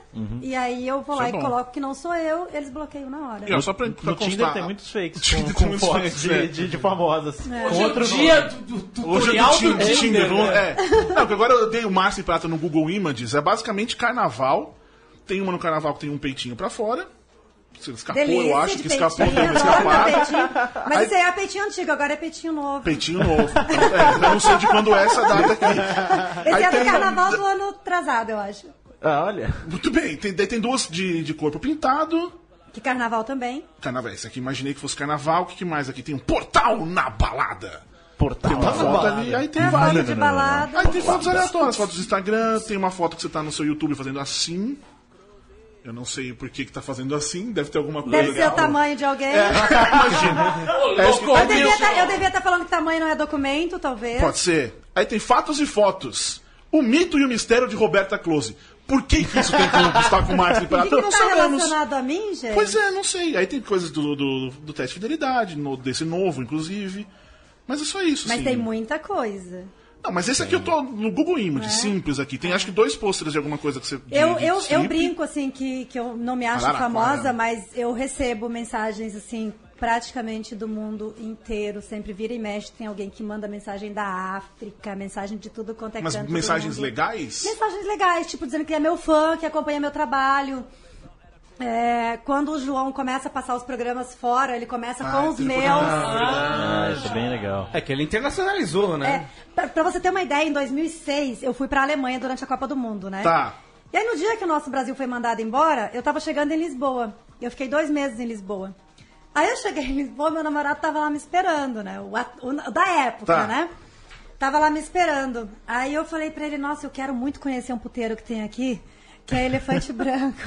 e aí eu vou
Isso
lá
é
e
bom.
coloco que não sou eu, eles bloqueiam na hora.
E, ó, só pra, pra
No Tinder
constar,
tem muitos
No
fakes
Tinder
com,
tem
com
muitos
fotos
fakes,
de,
é.
de- de famosas.
Hoje é o dia do, do
Hoje é
tutorial
do Tinder,
do Tinder,
Tinder
né?
não- é. Não, porque agora eu dei o Márcio e Prata no Google Images, é basicamente carnaval. Tem uma no carnaval que tem um peitinho pra fora. Se escapou, eu acho
de
que escapou,
peitinho, [LAUGHS]
deve ter
adoro meu
escapado.
peitinho. Mas isso aí é peitinho antigo, agora é peitinho novo.
Peitinho novo. Então, é, eu não sei de quando é essa data aqui.
Esse
Aí
é do
tem- um-
carnaval do ano atrasado, eu acho.
Ah, olha.
Muito bem, tem, daí tem duas de, de corpo pintado.
Que carnaval também.
Carnaval, esse aqui imaginei que fosse carnaval. O que, que mais aqui? Tem um portal na balada. Tem
Portal.
uma foto ali, aí tem
Tem
várias.
foto de balada.
Aí tem fotos aleatórias, fotos do Instagram, tem uma foto que você tá no seu YouTube fazendo assim. Eu não sei por que, que tá fazendo assim, deve ter alguma coisa.
Deve ser o
legal.
tamanho de alguém.
[LAUGHS] É, Imagina.
Ô,
É isso que-
louco, tá
Eu devia
bicho.
estar falando que tamanho não é documento, talvez.
Pode ser. Aí tem fatos e fotos. O mito e o mistério de Roberta Close. Por que, que isso tem com o Gustavo
[LAUGHS]
Marques e
O que,
Imperator?
que
Não
tá
sabemos.
relacionado a mim, gente?
Pois é, não sei. Aí tem coisas do, do, do teste de fidelidade, no- desse novo, inclusive. Mas é só isso,
Mas
assim.
tem muita coisa.
Não, mas esse aqui eu tô no Google Image, simples aqui. Tem acho que dois pôsteres de alguma coisa que você... de-
É. Eu,
de tipo.
eu, eu
strip.
brinco, assim, que, que eu não me acho
Araraquara.
famosa, mas eu recebo mensagens, assim, praticamente do mundo inteiro. Sempre vira e mexe, tem alguém que manda mensagem da África, mensagem de tudo quanto é
Mas
canto do
mensagens
mundo.
legais?
Mensagens legais, tipo, dizendo que é meu fã, que acompanha meu trabalho. É, quando o João começa a passar os programas fora, ele começa com os
aquele
meus.
Ah, isso é bem legal.
É que ele internacionalizou,
É,
né?
pra, pra você ter uma ideia, em 2006 eu fui pra Alemanha durante a Copa do Mundo, né?
Tá.
E aí no dia que o nosso Brasil foi mandado embora, eu tava chegando em Lisboa. Eu fiquei dois meses em Lisboa. Aí eu cheguei em Lisboa, meu namorado tava lá me esperando, né? O, at- o na- da época,
Tá.
né? Tava lá me esperando. Aí eu falei pra ele, nossa, eu quero muito conhecer um puteiro que tem aqui, que é Elefante [LAUGHS] Branco.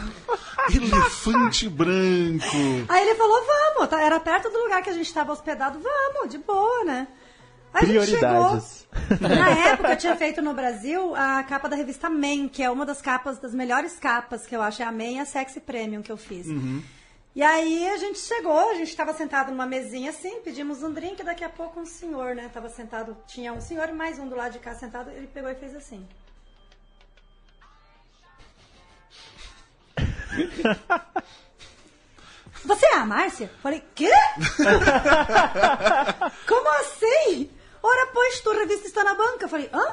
Elefante branco.
Aí ele falou, vamos, tá- era perto do lugar que a gente estava hospedado, vamos, de boa, né? Aí a gente chegou.
Prioridades.
Na época eu tinha feito no Brasil a capa da revista Men, que é uma das capas, das melhores capas que eu acho, é a Men e a Sexy Premium que eu fiz. E aí a gente chegou, a gente estava sentado numa mesinha assim, pedimos um drink, e daqui a pouco um senhor, né, tava sentado, tinha um senhor e mais um do lado de cá sentado, ele pegou e
[LAUGHS]
fez assim. Você é a Márcia? Falei,
[LAUGHS]
quê? Como assim? Ora, pois, tua revista está na banca. Falei,
[LAUGHS]
hã?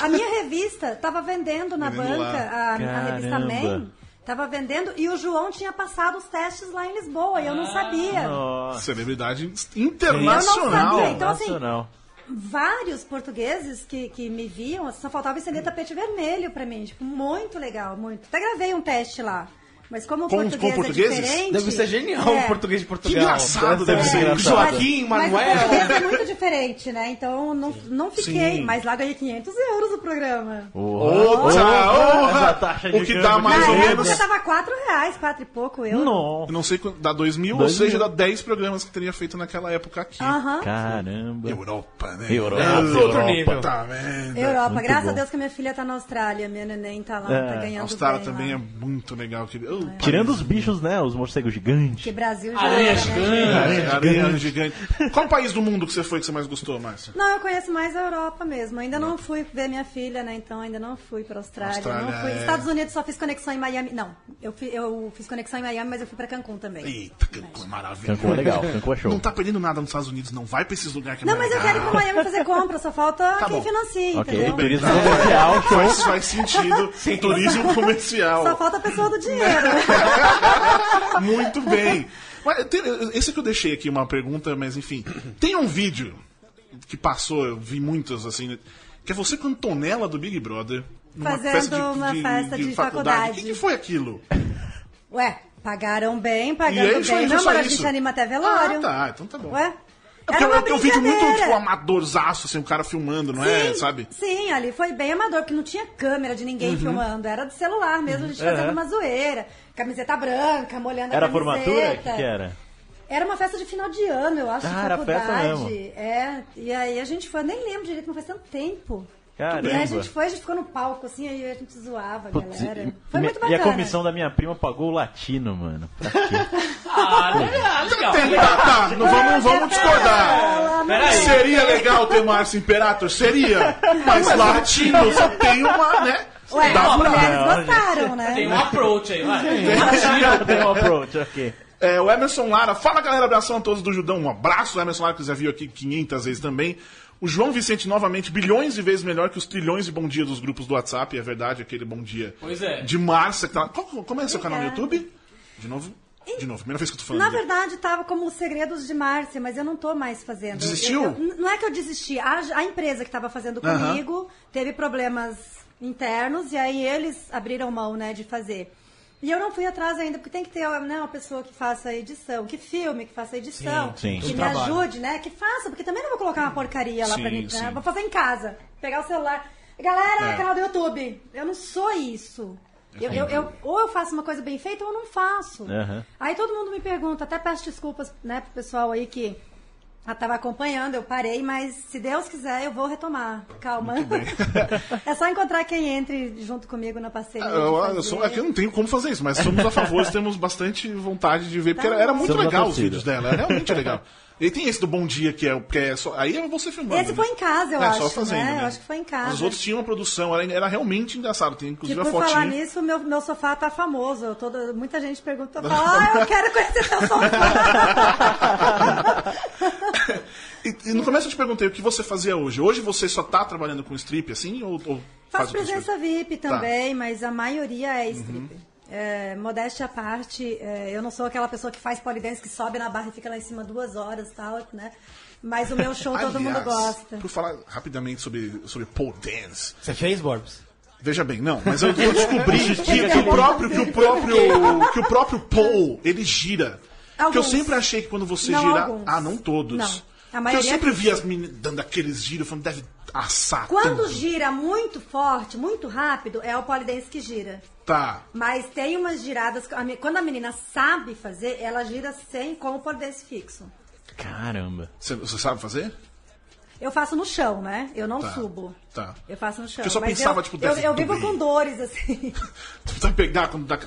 A minha revista estava vendendo na
Vendendo lá.
banca, a, a revista
Caramba.
Man. Tava vendendo e o João tinha passado os testes lá em Lisboa e eu não sabia.
Ah, Nossa,
Celebridade
Eu não sabia,
internacional.
então, assim,
nacional.
Vários portugueses que, que me viam, só faltava
Hum.
estender tapete vermelho pra mim. Tipo, muito legal, muito. Até gravei um teste lá. Mas como o
Com- com
português
portugueses?
é diferente...
Deve ser genial
um
É. né?
o português de
Que
Portugal.
engraçado deve
É,
ser.
engraçado.
Joaquim,
Mas o
Manuel.
português é muito diferente, né? Então não, não fiquei,
Sim.
mas lá ganhei 500 euros o programa.
Outra,
Essa
outra.
taxa é de
O que
câmbio
dá
que
mais
Na
ou
época
menos...
tava 4 reais, 4 e pouco euros.
Nossa.
Eu não sei quanto, dá dois mil, ou
Dois
seja,
mil.
dá 10 programas que teria feito naquela época aqui.
Aham.
Caramba.
Europa, tá né?
Europa,
Puta
outro
Europa.
nível.
merda.
Europa,
Muito
graças
bom.
a Deus que minha filha tá na Austrália, minha neném tá lá,
É,
tá ganhando
A Austrália
bem
também
lá.
é muito legal. Que... Eu o
Tirando os bichos, né? Os morcegos gigantes.
Que Brasil já
Areia
era,
gigante.
né?
país- Aranha gigante. Qual país do mundo que você foi que você mais gostou, Márcia?
Não, eu conheço mais a Europa mesmo. Ainda não fui ver minha filha, né? Então ainda não fui pra Austrália.
Austrália,
não fui.
é.
Estados Unidos só fiz conexão em Miami. Não, eu, fi- eu fiz conexão em Miami, mas eu fui pra Cancún também.
Eita, Cancún é maravilhoso.
Cancún é legal, Cancún é show.
Não tá perdendo nada nos Estados Unidos, não. Vai pra esses lugares que é
Não, mas eu quero ir pra
legal. [LAUGHS]
Miami fazer compra, só falta
Tá bom.
quem financia,
Ok,
entendeu?
turismo comercial, Ah, show.
Faz, faz
[LAUGHS]
sentido. turismo
Só
comercial.
falta a pessoa do
[LAUGHS]
dinheiro.
Muito bem. Mas tem- esse que eu deixei aqui uma pergunta, mas enfim. Tem um vídeo que passou, eu vi muitos assim, que é você com Antonella do Big Brother. numa
Fazendo uma festa de
O que,
faculdade.
que foi aquilo?
Ué, pagaram bem,
E
pagaram
aí, só
bem.
isso,
Não,
só
mas a
isso.
gente anima até velório.
Ah, tá. Então tá bom.
Ué?
É porque
Era uma
é um vídeo muito tipo,
brincadeira.
amadorzaço, assim, o cara filmando, não é? Sabe?
Sim, ali foi bem amador, porque não tinha câmera de ninguém
Uhum.
filmando. Era de celular mesmo, a gente fazendo uma zoeira. Camiseta branca, molhando
É. Era
a
a
camiseta.
formatura? O que, que era?
Era uma festa de final de ano, eu acho,
Ah,
de
era
faculdade.
festa mesmo.
É, e aí a gente foi, nem lembro direito, não faz tanto tempo.
Caramba.
E aí a gente foi, a gente ficou no palco, assim, aí a gente zoava a
Putz,
galera.
e-
Foi muito
e
bacana.
a comissão da minha prima pagou o latino, mano. Pra quê?
[LAUGHS]
Ah, legal, legal.
Tá, tá, não vamos, vamos discordar.
Peraí.
Seria legal ter um Márcio Imperator? Seria. Mas latino só tem uma, né?
Ué,
Dá
as
pra-
mulheres gostaram, né?
Tem um approach aí, vai.
Tem um approach, ok.
É, o Emerson Lara. Fala, galera. Abração a todos do Judão. Um abraço. O Emerson Lara, que já viu aqui 500 vezes também. O João Vicente, novamente, bilhões de vezes melhor que os trilhões de bom dia dos grupos do WhatsApp. É verdade, aquele bom dia
Pois é.
de Márcia. que tá- Qual, como é seu canal no
Obrigada.
YouTube? De novo? De novo, primeira vez que eu tô falando.
Na verdade, tava como os segredos de Márcia, mas eu não tô mais fazendo.
Desistiu?
Eu- eu- não é que eu desisti. A, a empresa que tava fazendo
Aham.
comigo teve problemas internos e aí eles abriram mão, né, de fazer. E eu não fui atrás ainda, porque tem que ter né, uma pessoa que faça a edição, que filme, que faça a edição,
Sim, sim.
que me ajude, né? Que faça, porque também não vou colocar uma porcaria lá
Sim,
pra mim. Né?
sim.
Vou fazer em casa, pegar o celular. Galera,
É.
canal do YouTube. Eu não sou isso. Eu, eu- eu- ou eu faço uma coisa bem feita ou eu não faço.
Aham.
Aí todo mundo me pergunta, até peço desculpas, né, pro pessoal aí que estava acompanhando, eu parei, mas se Deus quiser, eu vou retomar. Calma. [LAUGHS] é só encontrar quem entre junto comigo na parceria.
Ah,
de
Eu, eu
fazer.
sou, é que eu não tenho como fazer isso, mas somos a
[LAUGHS]
favor, temos bastante vontade de ver, porque era, era muito
Somos a
legal os
torcida.
vídeos dela, era realmente legal. E tem esse do Bom Dia, que é, o- que é só. Aí é você filmando.
Esse foi em casa, eu
É,
acho.
só fazendo.
né?
né?
Eu acho que foi em casa.
Os outros tinham uma produção, era, era realmente engraçado. Tem
Que
inclusive
por
a fotinha.
falar nisso, meu, meu sofá tá famoso. Eu Toda, muita
[LAUGHS]
gente pergunta, fala, ah, eu quero conhecer teu sofá.
[LAUGHS] E, e no começo eu te perguntei o que você fazia hoje. Hoje você só tá trabalhando com strip assim? Ou, ou faz
Faço
outras
presença
coisas?
VIP também, mas a maioria
Uhum.
é stripper. É, modéstia à parte, é, eu não sou aquela pessoa que faz polidense, que sobe na barra e fica lá em cima duas horas e tal, né? Mas o meu show todo
Aliás,
mundo gosta.
Por falar rapidamente sobre, sobre pole dance.
Você fez, Borbs?
Veja bem, não, mas eu, eu descobri que,
Fica
que o
bom.
próprio, que o próprio, que o próprio pole, ele gira. Que eu
Alguns.
sempre achei que quando você
Não,
girar,
alguns.
ah, não todos.
Não. A
Porque eu
maioria é
sempre vi as meninas dando aqueles giros, falando, deve assar.
Quando
tanto.
gira muito forte, muito rápido, é o polidense que gira.
Tá.
Mas tem umas giradas, que a me- quando a menina sabe fazer, ela gira sem com o polidense fixo.
Caramba.
Você, você sabe fazer?
Eu faço no chão, né? Eu não
Tá.
subo.
Tá.
Eu faço no chão.
Eu só
Mas
pensava, tipo,
eu,
deve
eu vivo
doer.
com dores, assim.
Sabe pegar quando dá.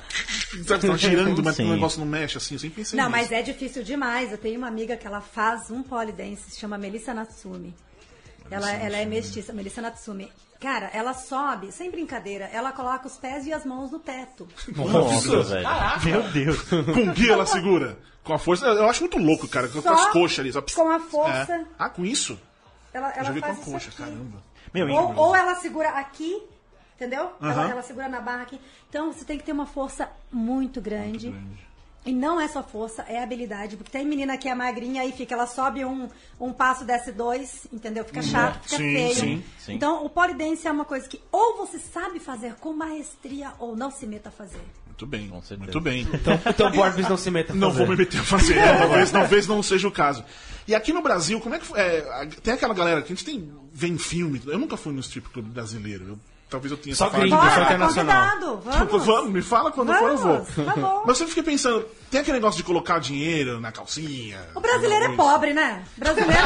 Sabe, tá girando, mas o
Sim.
negócio não mexe assim, eu sempre pensei
Não,
nisso.
mas é difícil demais. Eu tenho uma amiga que ela faz um polidense, se chama Melissa Natsumi. Ela, ela é mestiça, Melissa Natsumi. Cara, ela sobe, sem brincadeira, ela coloca os pés e as mãos no teto.
Nossa, velho. Meu Deus.
é
[LAUGHS] Com guia ela segura. Com a força. Eu acho muito louco, cara. Com
Só
as coxas ali. Só...
com a força.
É. Ah, com isso?
Ela,
Eu já
ela
vi com a
faz isso
coxa,
aqui.
caramba.
Meu,
Ou, ou ela segura aqui, entendeu? Ela,
Aham.
ela segura na barra aqui. Então você tem que ter uma força muito grande. E não é só força, é habilidade. Porque tem menina que é magrinha e fica, ela sobe um, um passo, desce dois, entendeu? Fica chato, fica
Sim,
feio.
sim,
sim.
Então o polidense é uma coisa que ou você sabe fazer com maestria ou não se meta a fazer.
Muito bem.
certeza.
Muito bem.
Então, Borbs não se meta. a
Não
fazer.
vou me meter a fazer,
[LAUGHS]
né? talvez, talvez não seja o caso. E aqui no Brasil, como é que foi? é, a- tem aquela galera que a gente tem, vê em filme. Eu nunca fui no strip club brasileiro. Eu talvez eu tenha
Só
safado de
gringo, só
viagem.
Bora,
internacional.
convidado. Vamos.
Vamos, me fala quando for, eu vou.
Vamos, tá bom.
Mas eu fiquei pensando, tem aquele negócio de colocar o dinheiro na calcinha.
O brasileiro é pobre, né? O brasileiro,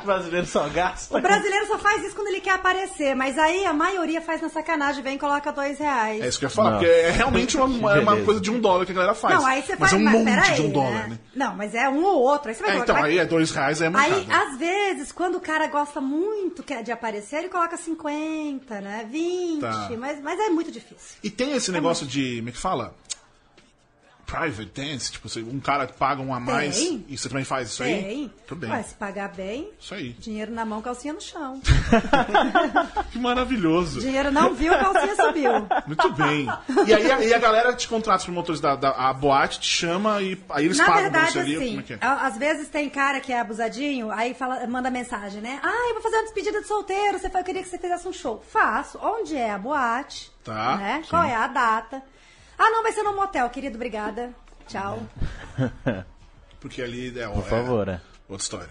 O brasileiro só gasta.
o brasileiro só faz isso quando ele quer aparecer. Mas aí a maioria faz na sacanagem, vem e coloca dois reais.
É isso que eu ia falar,
Não.
porque é realmente uma, uma-
Que
uma
beleza.
coisa de um dólar que a galera faz.
Não, aí você
mas
faz,
é um
mas
monte
peraí,
de um dólar, né?
Não, mas é um ou outro. Aí você vai
É,
colocar-
então,
vai-
aí é dois reais, é
Aí,
mancada.
às vezes, quando o cara gosta muito que- é de aparecer, ele coloca 50, né? 20,
Tá.
mas, mas é muito difícil.
E tem esse negócio de, como é que fala? Private dance, tipo, você- um cara que paga um a mais
Tem.
e você também faz isso Tá aí?
Tem.
Tudo bem.
Ué, se pagar bem,
Isso aí.
dinheiro na mão, calcinha no chão.
Que
[LAUGHS]
maravilhoso.
Dinheiro não viu, calcinha subiu.
Muito bem. E aí a, e a galera te contrata os promotores da, da a boate, te chama e aí eles
Na
pagam pra
verdade,
você ali.
assim,
Como é que é?
a- às vezes tem cara que é abusadinho, aí fala, manda mensagem, né? Ah, eu vou fazer uma despedida de solteiro, você fa- eu queria que você fizesse um show. Faço. Onde é a boate?
Tá,
Né? Qual é a data? Ah, não, vai ser no motel, querido, obrigada. Tchau.
É. Porque ali é,
Por favor, é.
outra história.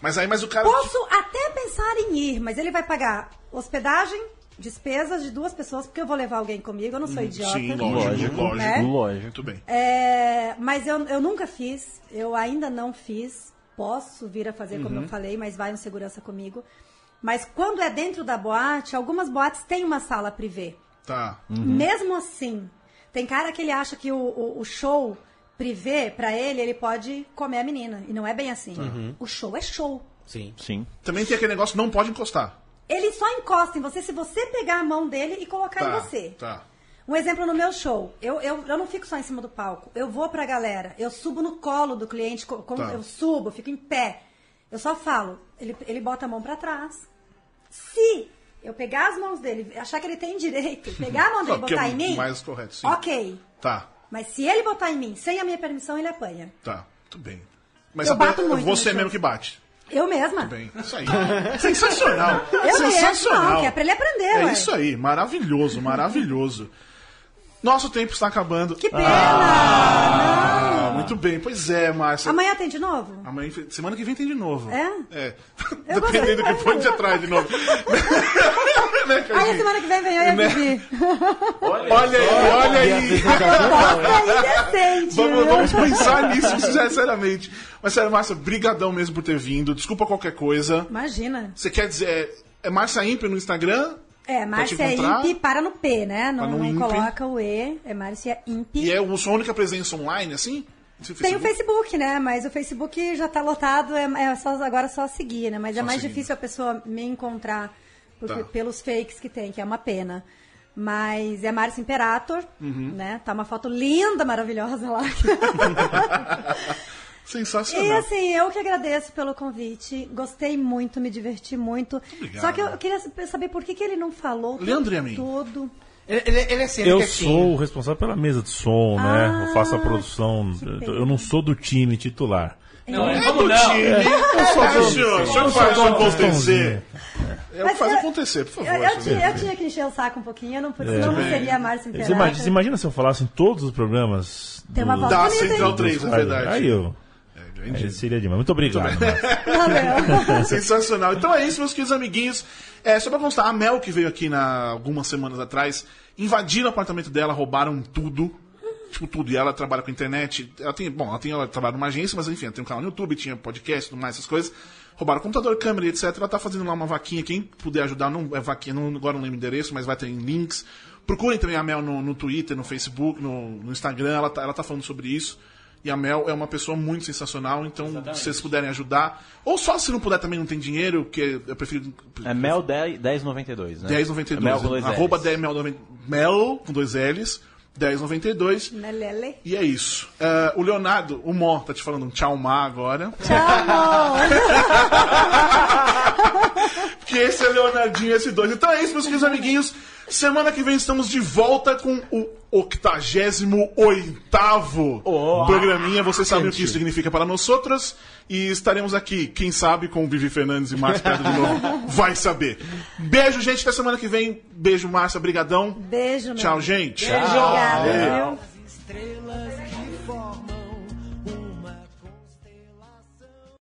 Mas aí, mas o cara.
Posso até pensar em ir, mas ele vai pagar hospedagem, despesas de duas pessoas, porque eu vou levar alguém comigo, eu não sou idiota.
Hum, Sim, lógico,
Lógico,
lógico.
né?
lógico.
Muito bem.
É, mas eu, eu nunca fiz, eu ainda não fiz. Posso vir a fazer,
Uhum.
como eu falei, mas vai um segurança comigo. Mas quando é dentro da boate, algumas boates têm uma sala privê.
Tá.
Mesmo assim, tem cara que ele acha que o, o- o show privê, pra ele, ele pode comer a menina. E não é bem assim.
Uhum.
O show é show.
Sim.
Sim.
Também tem aquele negócio, não pode encostar.
Ele só encosta em você se você pegar a mão dele e colocar
Tá,
em você.
tá.
Um exemplo no meu show. Eu, eu, eu não fico só em cima do palco. Eu vou pra galera. Eu subo no colo do cliente. co- com-
Tá.
Eu subo, fico em pé. Eu só falo. Ele, ele bota a mão pra trás. Se eu pegar as mãos dele, achar que ele
[LAUGHS]
tem direito, pegar a mão
Não,
dele e
porque é
botar em mim,
mais correto, sim.
ok.
Tá,
Mas se ele botar em mim, sem a minha permissão, ele apanha.
tá. Muito bem. Mas
Eu
até-
bato muito
você
no
mesmo
show.
que bate.
Eu mesma.
Bem, isso aí.
[LAUGHS]
Sensacional.
mesmo,
Sensacional.
não, que é pra ele aprender,
É
ué.
isso aí. Maravilhoso, maravilhoso. Nosso tempo está acabando.
Que pena! Não.
Ah, muito bem. Pois é, Márcia.
Amanhã tem de novo?
Amanhã, semana que vem tem de novo.
É?
É.
Eu gostei
Dependendo do que
mais.
for, a gente atrás de
[LAUGHS]
novo. Né, Candinho?
Aí semana que vem vem eu e a
[LAUGHS] Né?
Vivi.
Olha aí, olha aí.
Proposta indecente.
Vamos,
viu?
vamos pensar nisso, sinceramente. Mas, sério, Márcia, brigadão mesmo por ter vindo. Desculpa qualquer coisa.
Imagina.
Você quer dizer... É Márcia Imp no Instagram?
É,
Pra
Márcia
te encontrar?
Imp para no P, né? Não,
Para no
não
Imp.
coloca o E. É Márcia Imp.
E é a sua única presença online, assim? Seu
Tem o Facebook, né? Mas o Facebook já tá lotado, é, é só, agora é só seguir, né? Mas é mais
seguir.
difícil a pessoa me encontrar porque-
Tá.
pelos fakes que tem, que é uma pena. Mas é Márcia Imperator,
Uhum.
né? Tá uma foto linda, maravilhosa
[LAUGHS]
lá. E
Sensacional.
assim, eu que agradeço pelo convite. Gostei muito, me diverti muito.
Obrigado.
Só que eu queria saber por que, que ele não falou o
Leandro e a
tempo
mim?
todo.
Ele, ele- ele é sempre
Eu
quietinho.
sou o responsável pela mesa de som, né? Eu faço a
Ah,
produção.
que
Eu-
pena.
Eu não sou do time titular.
Não,
É
é,
do
como não?
time. Eu sou do senhor. O senhor faz
um
acontecer. Eu
Mas
faz
eu-
acontecer, por favor.
Eu, eu
senhor.
tinha, eu tinha que encher o saco um pouquinho, eu não, pude, senão não
bem.
seria a Márcia
Você
Imperator.
imagina, você imagina se eu falasse em todos os programas
Tem uma
do-
voz
Da
bonita,
Central
hein?
3, é verdade.
Aí eu.
É,
aí
grande.
seria demais. Muito obrigado. Márcio.
Valeu.
Sensacional. Então é isso, meus queridos amiguinhos. É, só pra constar, a Mel, que veio aqui na, algumas semanas atrás, invadiram o apartamento dela, roubaram tudo. Tipo, tudo. E ela trabalha com internet. Ela tem, bom, ela, tem, ela trabalha numa agência, mas enfim, ela tem um canal no YouTube, tinha podcast, tudo mais, essas coisas. Roubaram computador, câmera, e etc. Ela tá fazendo lá uma vaquinha. Quem puder ajudar, não é vaquinha, não, agora não lembro o endereço, mas vai ter em links. Procurem também a Mel no, no Twitter, no Facebook, no, no Instagram. Ela tá, ela tá falando sobre isso. E a Mel é uma pessoa muito sensacional, então se vocês puderem ajudar. Ou só se não puder também não tem dinheiro, que eu prefiro.
É Mel 10, 10,92, né? É
10,92.
Mel com dois
né?
Ls.
arroba 10 Mel, noven- Mel com dois L's, 10,92.
Melele.
E é isso. Ah, o Leonardo, o Mó, tá te falando um tchau, Má, agora.
Tchau, amor.
Que esse é Leonardinho, esse dois. Então é isso, meus queridos amiguinhos. Semana que vem estamos de volta com o 88 programinha. Vocês sabem o que isso significa para nós outros. E estaremos aqui, quem sabe, com o Vivi Fernandes e Márcio Pedro de novo. Vai saber. Beijo, gente. Até semana que vem. Beijo, Márcia. Brigadão.
Beijo, meu
Tchau, gente.
Obrigada, viu?
As estrelas.